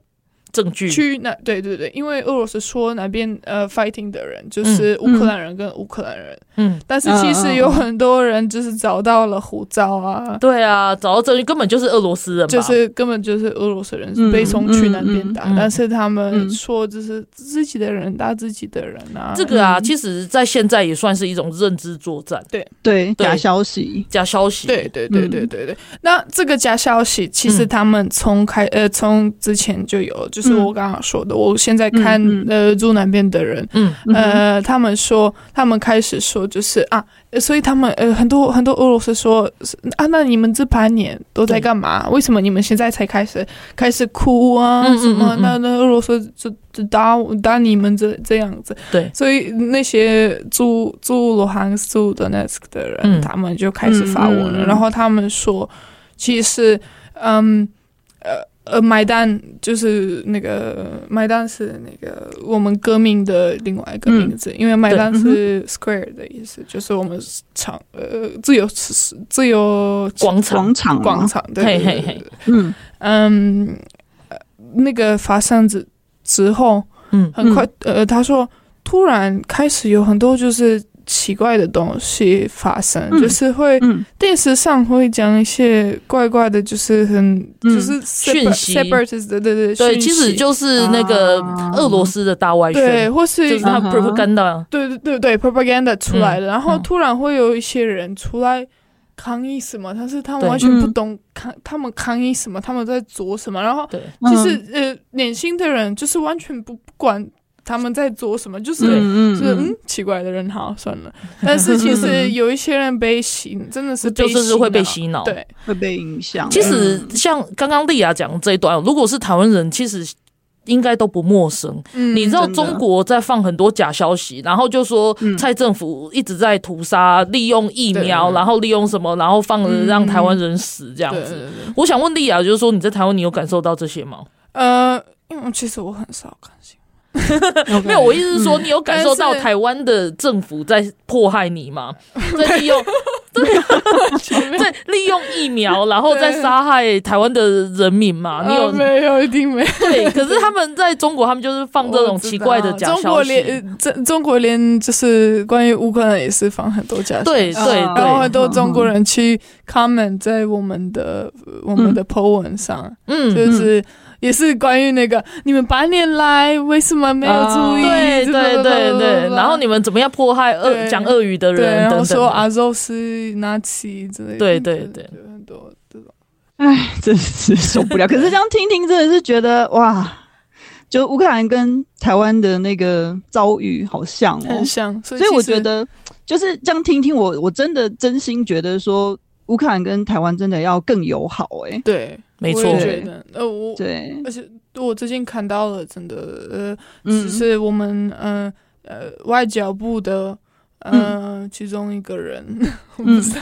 [SPEAKER 1] 证据。
[SPEAKER 3] 去那，对对对，因为俄罗斯说那边呃 fighting 的人就是乌克兰人跟乌克兰人，
[SPEAKER 1] 嗯，
[SPEAKER 3] 但是其
[SPEAKER 2] 嗯嗯
[SPEAKER 3] 实
[SPEAKER 2] 嗯
[SPEAKER 3] 有很多人就是找到了护照啊，
[SPEAKER 1] 对啊，找到证据根本就是俄罗斯人吧？
[SPEAKER 3] 就是根本就是俄罗斯人
[SPEAKER 2] 嗯
[SPEAKER 3] 被送去那边打，
[SPEAKER 1] 嗯嗯嗯
[SPEAKER 3] 但是他们
[SPEAKER 2] 嗯
[SPEAKER 3] 说就是自己的人打自己的人啊，
[SPEAKER 1] 这个啊，其实，在现在也算是一种认知作战
[SPEAKER 2] 对
[SPEAKER 1] 对
[SPEAKER 2] 假消息，
[SPEAKER 1] 加消息。
[SPEAKER 3] 对对对
[SPEAKER 2] 嗯
[SPEAKER 3] 对对对。那这个假消息，其实
[SPEAKER 1] 嗯
[SPEAKER 3] 他们从开、呃从之前就有，就是
[SPEAKER 2] 嗯
[SPEAKER 3] 我刚刚说的，我现在看、
[SPEAKER 2] 嗯嗯
[SPEAKER 3] 呃住那边的人，
[SPEAKER 1] 嗯
[SPEAKER 3] 呃，他们说，他们开始说，就是啊，呃所以他们呃，很多很多俄罗斯说是啊，那你们这半年都在
[SPEAKER 1] 对
[SPEAKER 3] 干嘛？为什么你们现在才开始开始哭啊？
[SPEAKER 1] 嗯嗯嗯
[SPEAKER 3] 什么？
[SPEAKER 1] 嗯嗯
[SPEAKER 3] 那那俄罗斯就就打我打你们这这样子？
[SPEAKER 1] 对
[SPEAKER 3] 所以那些住住罗汉住的那的人，
[SPEAKER 1] 嗯
[SPEAKER 3] 他们就开始发文了，
[SPEAKER 2] 嗯嗯嗯
[SPEAKER 3] 然后他们说，其实，嗯，呃。呃，买单就是那个买单是那个我们革命的另外一个名字，
[SPEAKER 1] 嗯
[SPEAKER 3] 因为买单是 square 的意思，就是我们场呃自由自由
[SPEAKER 1] 广场
[SPEAKER 2] 广场嘛
[SPEAKER 3] 广，场对对对
[SPEAKER 1] 嘿嘿
[SPEAKER 3] 对
[SPEAKER 1] 嘿
[SPEAKER 3] 对
[SPEAKER 2] 嗯
[SPEAKER 3] 嗯，呃那个发生之之后，
[SPEAKER 1] 嗯
[SPEAKER 3] 很快呃他说突然开始有很多就是奇怪的东西发生，
[SPEAKER 2] 嗯
[SPEAKER 3] 就是会
[SPEAKER 2] 嗯
[SPEAKER 3] 电视上会讲一些怪怪的，就是很、就是
[SPEAKER 1] 嗯讯息
[SPEAKER 3] s e p a r a t i s 对对对
[SPEAKER 1] 对，
[SPEAKER 3] 讯息
[SPEAKER 1] 其实就是那个
[SPEAKER 2] 啊
[SPEAKER 1] 俄罗斯的大外
[SPEAKER 3] 对，
[SPEAKER 1] 宣，
[SPEAKER 3] 或
[SPEAKER 1] 就是是他
[SPEAKER 2] 嗯哼
[SPEAKER 1] propaganda，
[SPEAKER 3] 对对对对 propaganda 出来的，然后
[SPEAKER 1] 嗯
[SPEAKER 3] 突然会有一些人出来抗议什么，但是他们
[SPEAKER 1] 对
[SPEAKER 3] 完全不
[SPEAKER 2] 嗯
[SPEAKER 3] 懂抗，他们抗议什么，他们在做什么，然后
[SPEAKER 1] 对
[SPEAKER 3] 其
[SPEAKER 2] 嗯
[SPEAKER 3] 实、呃，年轻的人就是完全不不管他们在做什么，就是。
[SPEAKER 2] 嗯
[SPEAKER 3] 就是嗯，奇怪的人好算了，但是
[SPEAKER 1] *laughs*
[SPEAKER 3] 其实有一些人被洗，真的是被
[SPEAKER 1] 就是是会被
[SPEAKER 3] 洗
[SPEAKER 1] 洗脑。
[SPEAKER 3] 脑。，对，嗯
[SPEAKER 2] 会被影响。啊嗯
[SPEAKER 1] 其实像刚刚丽雅讲的这一段，如果是台湾人，其实。应该都不陌生，
[SPEAKER 3] 嗯
[SPEAKER 1] 你知道
[SPEAKER 2] 真的
[SPEAKER 1] 中国在放很多假消息，然后就说蔡政府一直在屠杀，利用疫苗，
[SPEAKER 3] 嗯对嗯
[SPEAKER 1] 然后利用什么，然后放了让台湾人死这样
[SPEAKER 3] 对对
[SPEAKER 1] 子。
[SPEAKER 3] 对，
[SPEAKER 1] 我想问丽雅，就是说你在台湾，你有感受到这些吗？
[SPEAKER 3] 呃，因为其实我很少看新
[SPEAKER 1] 没有，我意思是说，你有感受到
[SPEAKER 3] 但是
[SPEAKER 1] 台湾的政府在迫害你吗？在利用，对，利用疫苗然后再杀害台湾的人民嘛？你有
[SPEAKER 3] 啊没有？一定没有。
[SPEAKER 1] 对，可是他们在中国，他们就是放这种
[SPEAKER 3] 我知道
[SPEAKER 1] 奇怪的假
[SPEAKER 3] 中
[SPEAKER 1] 消
[SPEAKER 3] 国
[SPEAKER 1] 息
[SPEAKER 3] 连。呃中中国连就是关于乌克兰也是放很多假消息，
[SPEAKER 1] 对对
[SPEAKER 2] 啊
[SPEAKER 3] 然后
[SPEAKER 1] 对
[SPEAKER 3] 很，多中国人去 comment 在我们的我们的 po 文上，
[SPEAKER 1] 嗯，
[SPEAKER 3] 就是也是关于那个你们八年来为什么没有注意？
[SPEAKER 2] 呃
[SPEAKER 1] 对对对对。然后你
[SPEAKER 3] 们
[SPEAKER 1] 们怎么样迫害俄
[SPEAKER 3] 对
[SPEAKER 1] 讲俄语的
[SPEAKER 3] 对，
[SPEAKER 1] 人
[SPEAKER 3] 然后
[SPEAKER 1] 等
[SPEAKER 3] 说
[SPEAKER 1] 等。
[SPEAKER 3] 阿宙是纳奇之类的，
[SPEAKER 1] 对对对
[SPEAKER 3] 就很多这种。
[SPEAKER 2] 唉，
[SPEAKER 3] *laughs*
[SPEAKER 2] 真是受不了。可是这样听听，真的是觉得哇，就乌克兰跟台湾的那个遭遇好像哦
[SPEAKER 3] 很，像，所以
[SPEAKER 2] 所以我
[SPEAKER 3] 其实
[SPEAKER 2] 觉得就是这样听听我，我真的真心觉得说，乌克兰跟台湾真的要更友好哎、
[SPEAKER 3] 对，
[SPEAKER 1] 没
[SPEAKER 3] 我
[SPEAKER 1] 错
[SPEAKER 3] 也觉得呃我
[SPEAKER 2] 对，
[SPEAKER 3] 而且我最近看到了，真的，呃，
[SPEAKER 2] 嗯
[SPEAKER 3] 只是我们呃呃外交部的呃、
[SPEAKER 2] 嗯
[SPEAKER 3] 其中一个人，我不知道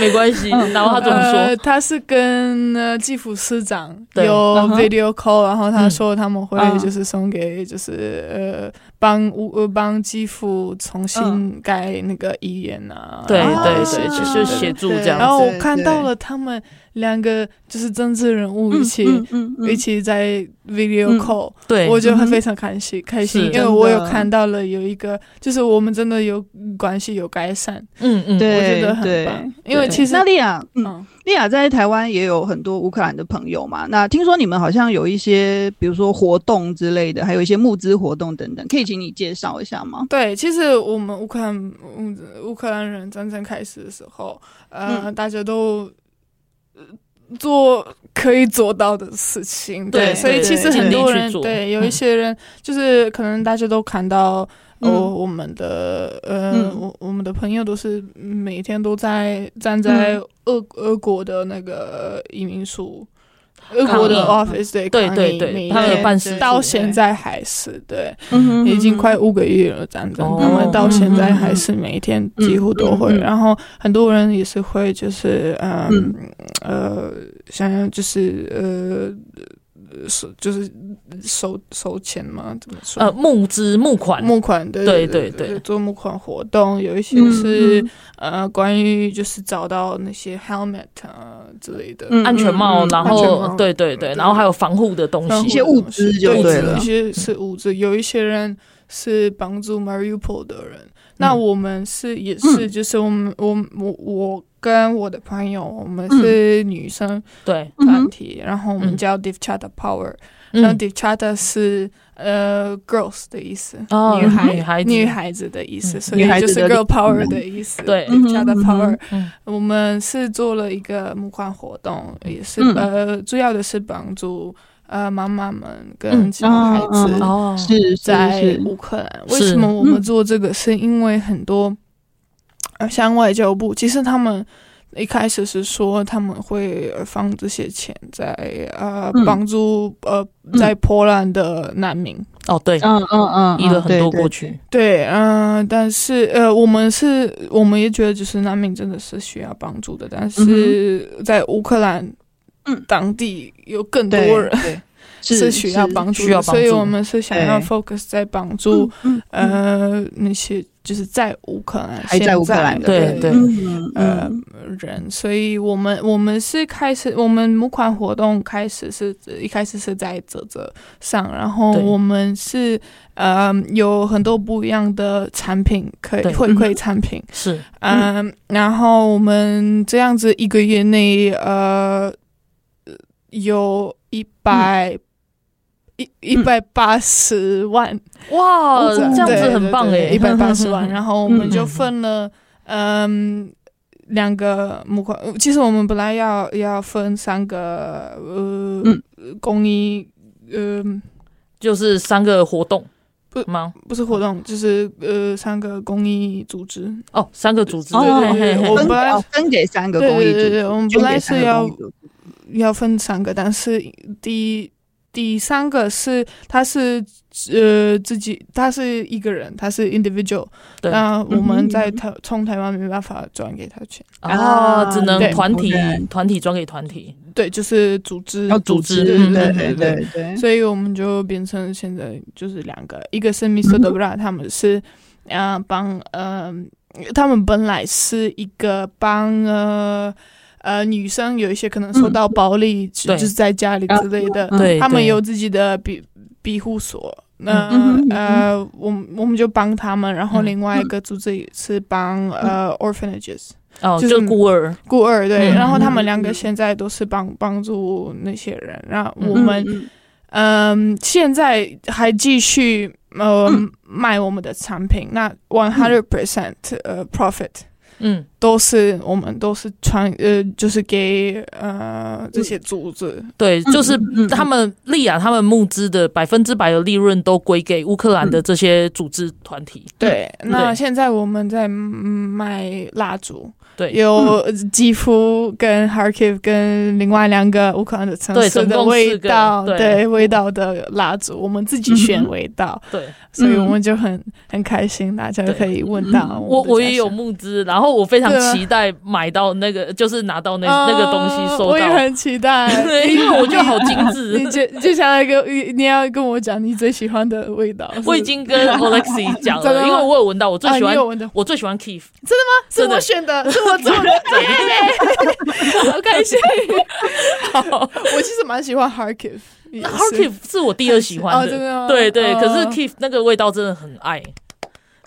[SPEAKER 1] 没关系。然后他怎么
[SPEAKER 3] 呃
[SPEAKER 1] 说？
[SPEAKER 3] 他是跟呃基辅市长有
[SPEAKER 1] 对
[SPEAKER 2] 嗯哼
[SPEAKER 3] video call，、然后他说他们会
[SPEAKER 2] 嗯
[SPEAKER 3] 就是送给就是、呃帮乌呃帮基辅重
[SPEAKER 2] 嗯
[SPEAKER 3] 新盖那个医院啊，
[SPEAKER 2] 哦
[SPEAKER 1] 对
[SPEAKER 3] 然后
[SPEAKER 1] 对
[SPEAKER 3] 是
[SPEAKER 1] 对，
[SPEAKER 3] 这
[SPEAKER 1] 就就协助这样
[SPEAKER 3] 然后
[SPEAKER 1] 子。
[SPEAKER 3] 我看到了他们两个就是政治人物一起、
[SPEAKER 2] 嗯嗯嗯
[SPEAKER 3] 一起在 video
[SPEAKER 2] 嗯
[SPEAKER 3] call，、
[SPEAKER 1] 对，
[SPEAKER 3] 我觉得
[SPEAKER 2] 嗯
[SPEAKER 3] 会
[SPEAKER 2] 哼
[SPEAKER 3] 非常开心，开心，
[SPEAKER 1] 是
[SPEAKER 3] 因为我有
[SPEAKER 2] 真的
[SPEAKER 3] 看到了有一个，就是我们真的有关系有改善，
[SPEAKER 1] 嗯嗯，
[SPEAKER 3] 我
[SPEAKER 2] 对
[SPEAKER 3] 觉得很
[SPEAKER 2] 对
[SPEAKER 3] 棒。因为其实
[SPEAKER 2] 那莉亚，嗯，
[SPEAKER 3] 嗯，
[SPEAKER 2] 莉亚在台湾也有很多乌克兰的朋友嘛。那听说你们好像有一些，比如说活动之类的，还有一些募资活动等等，可以请你介绍一下吗？
[SPEAKER 3] 对，其实我们乌克兰乌乌克兰人战争开始的时候，呃，
[SPEAKER 2] 嗯
[SPEAKER 3] 大家都呃做可以做到的事情，
[SPEAKER 1] 对
[SPEAKER 3] 所以
[SPEAKER 1] 对
[SPEAKER 3] 其实
[SPEAKER 1] 尽
[SPEAKER 3] 很
[SPEAKER 1] 力
[SPEAKER 3] 多
[SPEAKER 1] 去
[SPEAKER 3] 人
[SPEAKER 1] 做
[SPEAKER 3] 对有一
[SPEAKER 1] 嗯
[SPEAKER 3] 些人就是可能大家都看到。哦，
[SPEAKER 2] 嗯
[SPEAKER 3] 我们的呃，
[SPEAKER 2] 嗯
[SPEAKER 3] 我我们的朋友都是每天都在站在
[SPEAKER 2] 嗯
[SPEAKER 3] 俄、俄国的那个移民署，俄国的
[SPEAKER 1] 抗
[SPEAKER 3] office 对
[SPEAKER 1] 对
[SPEAKER 3] 抗
[SPEAKER 1] 对
[SPEAKER 3] 议
[SPEAKER 1] 对
[SPEAKER 3] 每
[SPEAKER 1] 他们
[SPEAKER 3] 天
[SPEAKER 1] 有办事处
[SPEAKER 3] 到现在还是对，
[SPEAKER 2] 嗯
[SPEAKER 3] 已经快五个月了，战争，
[SPEAKER 1] 哦
[SPEAKER 3] 他们到现在还是每天几乎都会，
[SPEAKER 2] 嗯嗯嗯嗯
[SPEAKER 3] 然后很多人也是会就是嗯呃，想要就是呃收就是收收钱嘛，怎么说？
[SPEAKER 1] 呃，募资募款，
[SPEAKER 3] 募款对
[SPEAKER 1] 对
[SPEAKER 3] 对
[SPEAKER 1] 对嗯对
[SPEAKER 3] 做募款活动，有一些是、呃关于就是找到那些 helmet 啊、之类的，
[SPEAKER 2] 嗯
[SPEAKER 1] 安全帽，
[SPEAKER 2] 嗯嗯
[SPEAKER 1] 然
[SPEAKER 3] 安全
[SPEAKER 1] 后
[SPEAKER 3] 帽
[SPEAKER 1] 对对对，
[SPEAKER 3] 对
[SPEAKER 1] 然后还有防护的东
[SPEAKER 3] 然
[SPEAKER 1] 西
[SPEAKER 3] 后
[SPEAKER 2] 一。些物资就
[SPEAKER 3] 对
[SPEAKER 2] 对了
[SPEAKER 3] 一些是物资，有一些人是帮助 Mariupol 的人。那
[SPEAKER 2] 嗯
[SPEAKER 3] 我们是也是，就是我们我我我跟我的朋友，我们
[SPEAKER 2] 嗯
[SPEAKER 3] 是女生
[SPEAKER 1] 对，
[SPEAKER 3] 团体，然后我们
[SPEAKER 1] 嗯
[SPEAKER 3] 叫 Divchata Power，然后
[SPEAKER 1] 嗯，
[SPEAKER 3] Divchata 是呃 girls 的意思，
[SPEAKER 1] 哦
[SPEAKER 3] 女孩
[SPEAKER 1] 女孩子
[SPEAKER 3] 女孩子的意思，
[SPEAKER 1] 嗯
[SPEAKER 3] 所以
[SPEAKER 2] 女孩
[SPEAKER 3] 就
[SPEAKER 2] 子
[SPEAKER 3] 是
[SPEAKER 2] 的
[SPEAKER 3] girl power 的意思，
[SPEAKER 1] 对
[SPEAKER 3] ，Divchata
[SPEAKER 2] 嗯
[SPEAKER 3] Power
[SPEAKER 1] 嗯。
[SPEAKER 3] 我们是做了一个募款活动，也是
[SPEAKER 2] 嗯
[SPEAKER 3] 呃，主要的是帮助呃妈妈们跟
[SPEAKER 1] 嗯
[SPEAKER 3] 小孩子
[SPEAKER 2] 嗯
[SPEAKER 1] 哦，
[SPEAKER 2] 是是
[SPEAKER 3] 在
[SPEAKER 2] 是，
[SPEAKER 3] 乌克兰。
[SPEAKER 1] 是嗯
[SPEAKER 3] 为什么我们做这个？是因为很多，呃，像外交部，其实他们一开始是说他们会呃放这些钱在呃
[SPEAKER 2] 嗯
[SPEAKER 3] 帮助呃
[SPEAKER 2] 嗯
[SPEAKER 3] 在波兰的难民。
[SPEAKER 1] 哦，对，
[SPEAKER 2] 嗯嗯嗯，
[SPEAKER 1] 移了很多
[SPEAKER 2] 对
[SPEAKER 1] 过。去，
[SPEAKER 3] 对，嗯、但是呃，我们是，我们也觉得就是难民真的是需要帮助的，但是在乌克兰
[SPEAKER 2] 嗯
[SPEAKER 3] 当地有更多
[SPEAKER 2] 对
[SPEAKER 3] 人 *laughs*
[SPEAKER 2] 对对
[SPEAKER 3] 是
[SPEAKER 2] 是
[SPEAKER 3] 需要帮助
[SPEAKER 1] 需要
[SPEAKER 3] 的，
[SPEAKER 1] 帮
[SPEAKER 3] 所以
[SPEAKER 1] 助
[SPEAKER 3] 我们是想要
[SPEAKER 2] 对
[SPEAKER 3] focus 在帮助
[SPEAKER 2] 嗯嗯
[SPEAKER 3] 呃那些就是在乌克兰
[SPEAKER 2] 还在乌克兰
[SPEAKER 3] 现
[SPEAKER 2] 的
[SPEAKER 1] 对
[SPEAKER 3] 人
[SPEAKER 1] 对
[SPEAKER 2] 嗯
[SPEAKER 3] 呃
[SPEAKER 2] 嗯
[SPEAKER 3] 人，所以我们我们是开始我们募款活动开始是一开始是在泽泽上，然后
[SPEAKER 1] 对
[SPEAKER 3] 我们是呃有很多不一样的产品可以
[SPEAKER 1] 对嗯
[SPEAKER 3] 回馈产品，
[SPEAKER 1] 是
[SPEAKER 3] 嗯、然后我们这样子一个月内呃有一
[SPEAKER 1] 嗯
[SPEAKER 3] 百一一百八十万。
[SPEAKER 1] 哇，
[SPEAKER 3] 对
[SPEAKER 1] 呃这样子很棒哎，
[SPEAKER 3] 一百八十
[SPEAKER 1] *laughs*
[SPEAKER 3] 万。然后我们就
[SPEAKER 1] 嗯
[SPEAKER 3] 分了，嗯，两个募款。呃其实我们本来要要分三个，呃，
[SPEAKER 2] 嗯
[SPEAKER 3] 公益，呃，
[SPEAKER 1] 就是三个活动，
[SPEAKER 3] 不
[SPEAKER 1] 吗？
[SPEAKER 3] 不是活动，就是呃，三个公益组织。
[SPEAKER 1] 哦，三个组织，
[SPEAKER 2] 哦
[SPEAKER 1] 对
[SPEAKER 3] 对
[SPEAKER 1] 嘿嘿
[SPEAKER 3] 我
[SPEAKER 1] 嘿
[SPEAKER 3] 们
[SPEAKER 2] 分给
[SPEAKER 3] 本来
[SPEAKER 2] 哦分给三个
[SPEAKER 3] 对
[SPEAKER 2] 公益
[SPEAKER 3] 对对对，
[SPEAKER 2] 组织，
[SPEAKER 3] 我们
[SPEAKER 2] 就
[SPEAKER 3] 本来
[SPEAKER 2] 给三
[SPEAKER 3] 是
[SPEAKER 2] 个
[SPEAKER 3] 要
[SPEAKER 2] 公益组织
[SPEAKER 3] 要分三个，但是第第三个是他是呃自己，他是一个人，他是 individual。
[SPEAKER 1] 对
[SPEAKER 3] 那我们
[SPEAKER 2] 嗯
[SPEAKER 3] 在台从台湾没办法转给他钱。
[SPEAKER 2] 啊
[SPEAKER 1] 哦，只能
[SPEAKER 3] 对
[SPEAKER 1] 团体
[SPEAKER 2] 对
[SPEAKER 1] 团体转给团体，
[SPEAKER 3] 对，就是组织
[SPEAKER 2] 要
[SPEAKER 1] 组
[SPEAKER 2] 组
[SPEAKER 1] 织
[SPEAKER 2] 织，
[SPEAKER 3] 对对
[SPEAKER 2] 对
[SPEAKER 3] 对
[SPEAKER 2] 对对对，
[SPEAKER 3] 所以我们就变成
[SPEAKER 2] 嗯
[SPEAKER 3] 现在就是两个，一个是 Mr. Dobra，、他们是啊、呃帮呃他们本来是一个帮呃呃女生有一些可能受到暴力，就
[SPEAKER 1] 对
[SPEAKER 3] 就是在家里之类的，
[SPEAKER 2] 嗯
[SPEAKER 1] 对
[SPEAKER 3] 他们
[SPEAKER 1] 对
[SPEAKER 3] 有自己的庇庇护所。那、
[SPEAKER 2] 嗯嗯哼
[SPEAKER 3] 呃，我们我们就帮他们，然后
[SPEAKER 1] 嗯
[SPEAKER 3] 另外一个组织是帮、
[SPEAKER 2] 嗯
[SPEAKER 3] 呃 orphanages
[SPEAKER 1] 哦，
[SPEAKER 3] 就嗯
[SPEAKER 1] 就是孤儿，
[SPEAKER 3] 孤儿对，
[SPEAKER 1] 嗯
[SPEAKER 3] 然后他们两个现在都是帮帮助那些人，然后我
[SPEAKER 2] 嗯
[SPEAKER 3] 们
[SPEAKER 2] 嗯
[SPEAKER 3] 嗯，现在还继续呃、
[SPEAKER 1] 嗯
[SPEAKER 3] 卖我们的产品，那 one hundred percent 呃 profit
[SPEAKER 1] 嗯，
[SPEAKER 3] 都是我们都是传呃就是给
[SPEAKER 1] 嗯
[SPEAKER 3] 呃这些组织，
[SPEAKER 1] 对，就是
[SPEAKER 2] 嗯嗯
[SPEAKER 1] 他们利亚他们募资的百分之百的利润都归给乌克兰的这些组织团体。
[SPEAKER 3] 对，那
[SPEAKER 1] 对
[SPEAKER 3] 现在我们在嗯卖蜡烛，
[SPEAKER 1] 对嗯
[SPEAKER 3] 有基辅跟 Kharkiv 跟另外两个乌克兰的城
[SPEAKER 1] 对
[SPEAKER 3] 市
[SPEAKER 1] 总
[SPEAKER 3] 的
[SPEAKER 1] 共四
[SPEAKER 3] 味
[SPEAKER 1] 个
[SPEAKER 3] 道，
[SPEAKER 1] 对嗯
[SPEAKER 3] 味道的蜡烛，我们自己选味道，
[SPEAKER 1] 对，
[SPEAKER 3] 所以我们就很很开心，大家
[SPEAKER 1] 对
[SPEAKER 3] 可以问到
[SPEAKER 1] 我
[SPEAKER 3] 我
[SPEAKER 1] 我
[SPEAKER 3] 们的
[SPEAKER 1] 也
[SPEAKER 3] 家
[SPEAKER 1] 有
[SPEAKER 3] 乡
[SPEAKER 1] 募资，然后我非常
[SPEAKER 3] 对啊
[SPEAKER 1] 期待买到那个，就是拿到那
[SPEAKER 3] 呃
[SPEAKER 1] 那个东西收
[SPEAKER 3] 我也
[SPEAKER 1] 到。。
[SPEAKER 3] 很期待
[SPEAKER 1] 对， *laughs* 因为我觉得好精
[SPEAKER 3] *laughs* 你
[SPEAKER 1] 致。
[SPEAKER 3] 就就想要跟你要跟我讲你最喜欢的味道，是不是
[SPEAKER 1] 我已经
[SPEAKER 3] *laughs*
[SPEAKER 1] 跟 Alexi 讲
[SPEAKER 3] 真的
[SPEAKER 1] 了，
[SPEAKER 3] 吗
[SPEAKER 1] 因为我有闻到，我最喜
[SPEAKER 3] 啊
[SPEAKER 1] 欢
[SPEAKER 3] 你有闻到
[SPEAKER 1] 我最喜欢 Keith。
[SPEAKER 3] 是
[SPEAKER 1] 真的
[SPEAKER 3] 我选的，是我做
[SPEAKER 1] *laughs*
[SPEAKER 3] 的，耶好开心。我其实蛮喜欢 Harkiv，也是
[SPEAKER 1] h a r k i v 是我第二喜欢
[SPEAKER 3] *laughs* 哦真的吗
[SPEAKER 1] 对对。
[SPEAKER 3] 哦
[SPEAKER 1] 可是 Keith 那个味道真的很爱。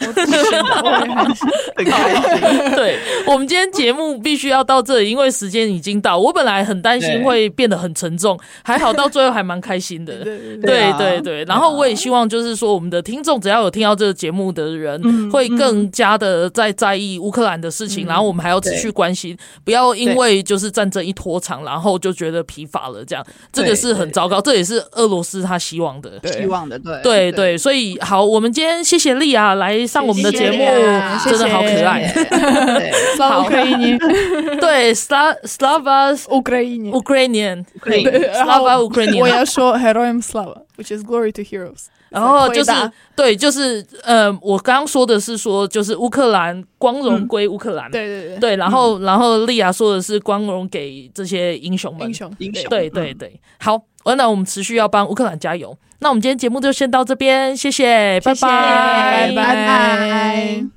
[SPEAKER 3] 我自己选的，我也很喜欢。
[SPEAKER 5] 很开心。
[SPEAKER 1] *laughs* 对我们今天节目必须要到这里，因为时间已经到。我本来很担心
[SPEAKER 2] 对
[SPEAKER 1] 会变得很沉重，还好到最后还蛮开心的。
[SPEAKER 3] 对对对
[SPEAKER 2] 对
[SPEAKER 1] 对
[SPEAKER 2] 啊
[SPEAKER 1] 对对，然后我也希望就是说，我们的听众只要有听到这个节目的人，会更加的在在意乌克兰的事情，然后我们还要持续关心，不要因为就是战争一拖长，然后就觉得疲乏了，这样这个
[SPEAKER 2] 对
[SPEAKER 1] 是很糟糕，这也是俄罗斯他希望的。
[SPEAKER 2] 希望的，对
[SPEAKER 1] 对对，所以好，我们今天谢谢莉亚来上我们的节目
[SPEAKER 3] 谢谢莉亚，
[SPEAKER 1] 真的好可爱。
[SPEAKER 2] 对，
[SPEAKER 3] Slava
[SPEAKER 1] 好
[SPEAKER 3] Ukraini，
[SPEAKER 1] 对，Sla Slava
[SPEAKER 3] Ukraini。
[SPEAKER 1] Ukrainian，
[SPEAKER 2] 可以，
[SPEAKER 3] 然后
[SPEAKER 1] Slava Ukraini
[SPEAKER 3] 我要说 Heroim Slava，which is glory to heroes。
[SPEAKER 1] 然后哦就是
[SPEAKER 3] 回答
[SPEAKER 1] 对，就是呃，我刚刚说的是说，就是乌克兰光荣归乌克兰，
[SPEAKER 3] 对对对，
[SPEAKER 1] 对，然后、然后莉亚说的是光荣给这些英雄们，
[SPEAKER 3] 英雄。
[SPEAKER 2] 英雄，嗯
[SPEAKER 1] 对对对，好，那我们持续要帮乌克兰加油。那我们今天节目就先到这边，谢谢，拜
[SPEAKER 3] 拜
[SPEAKER 1] 拜
[SPEAKER 3] 拜拜。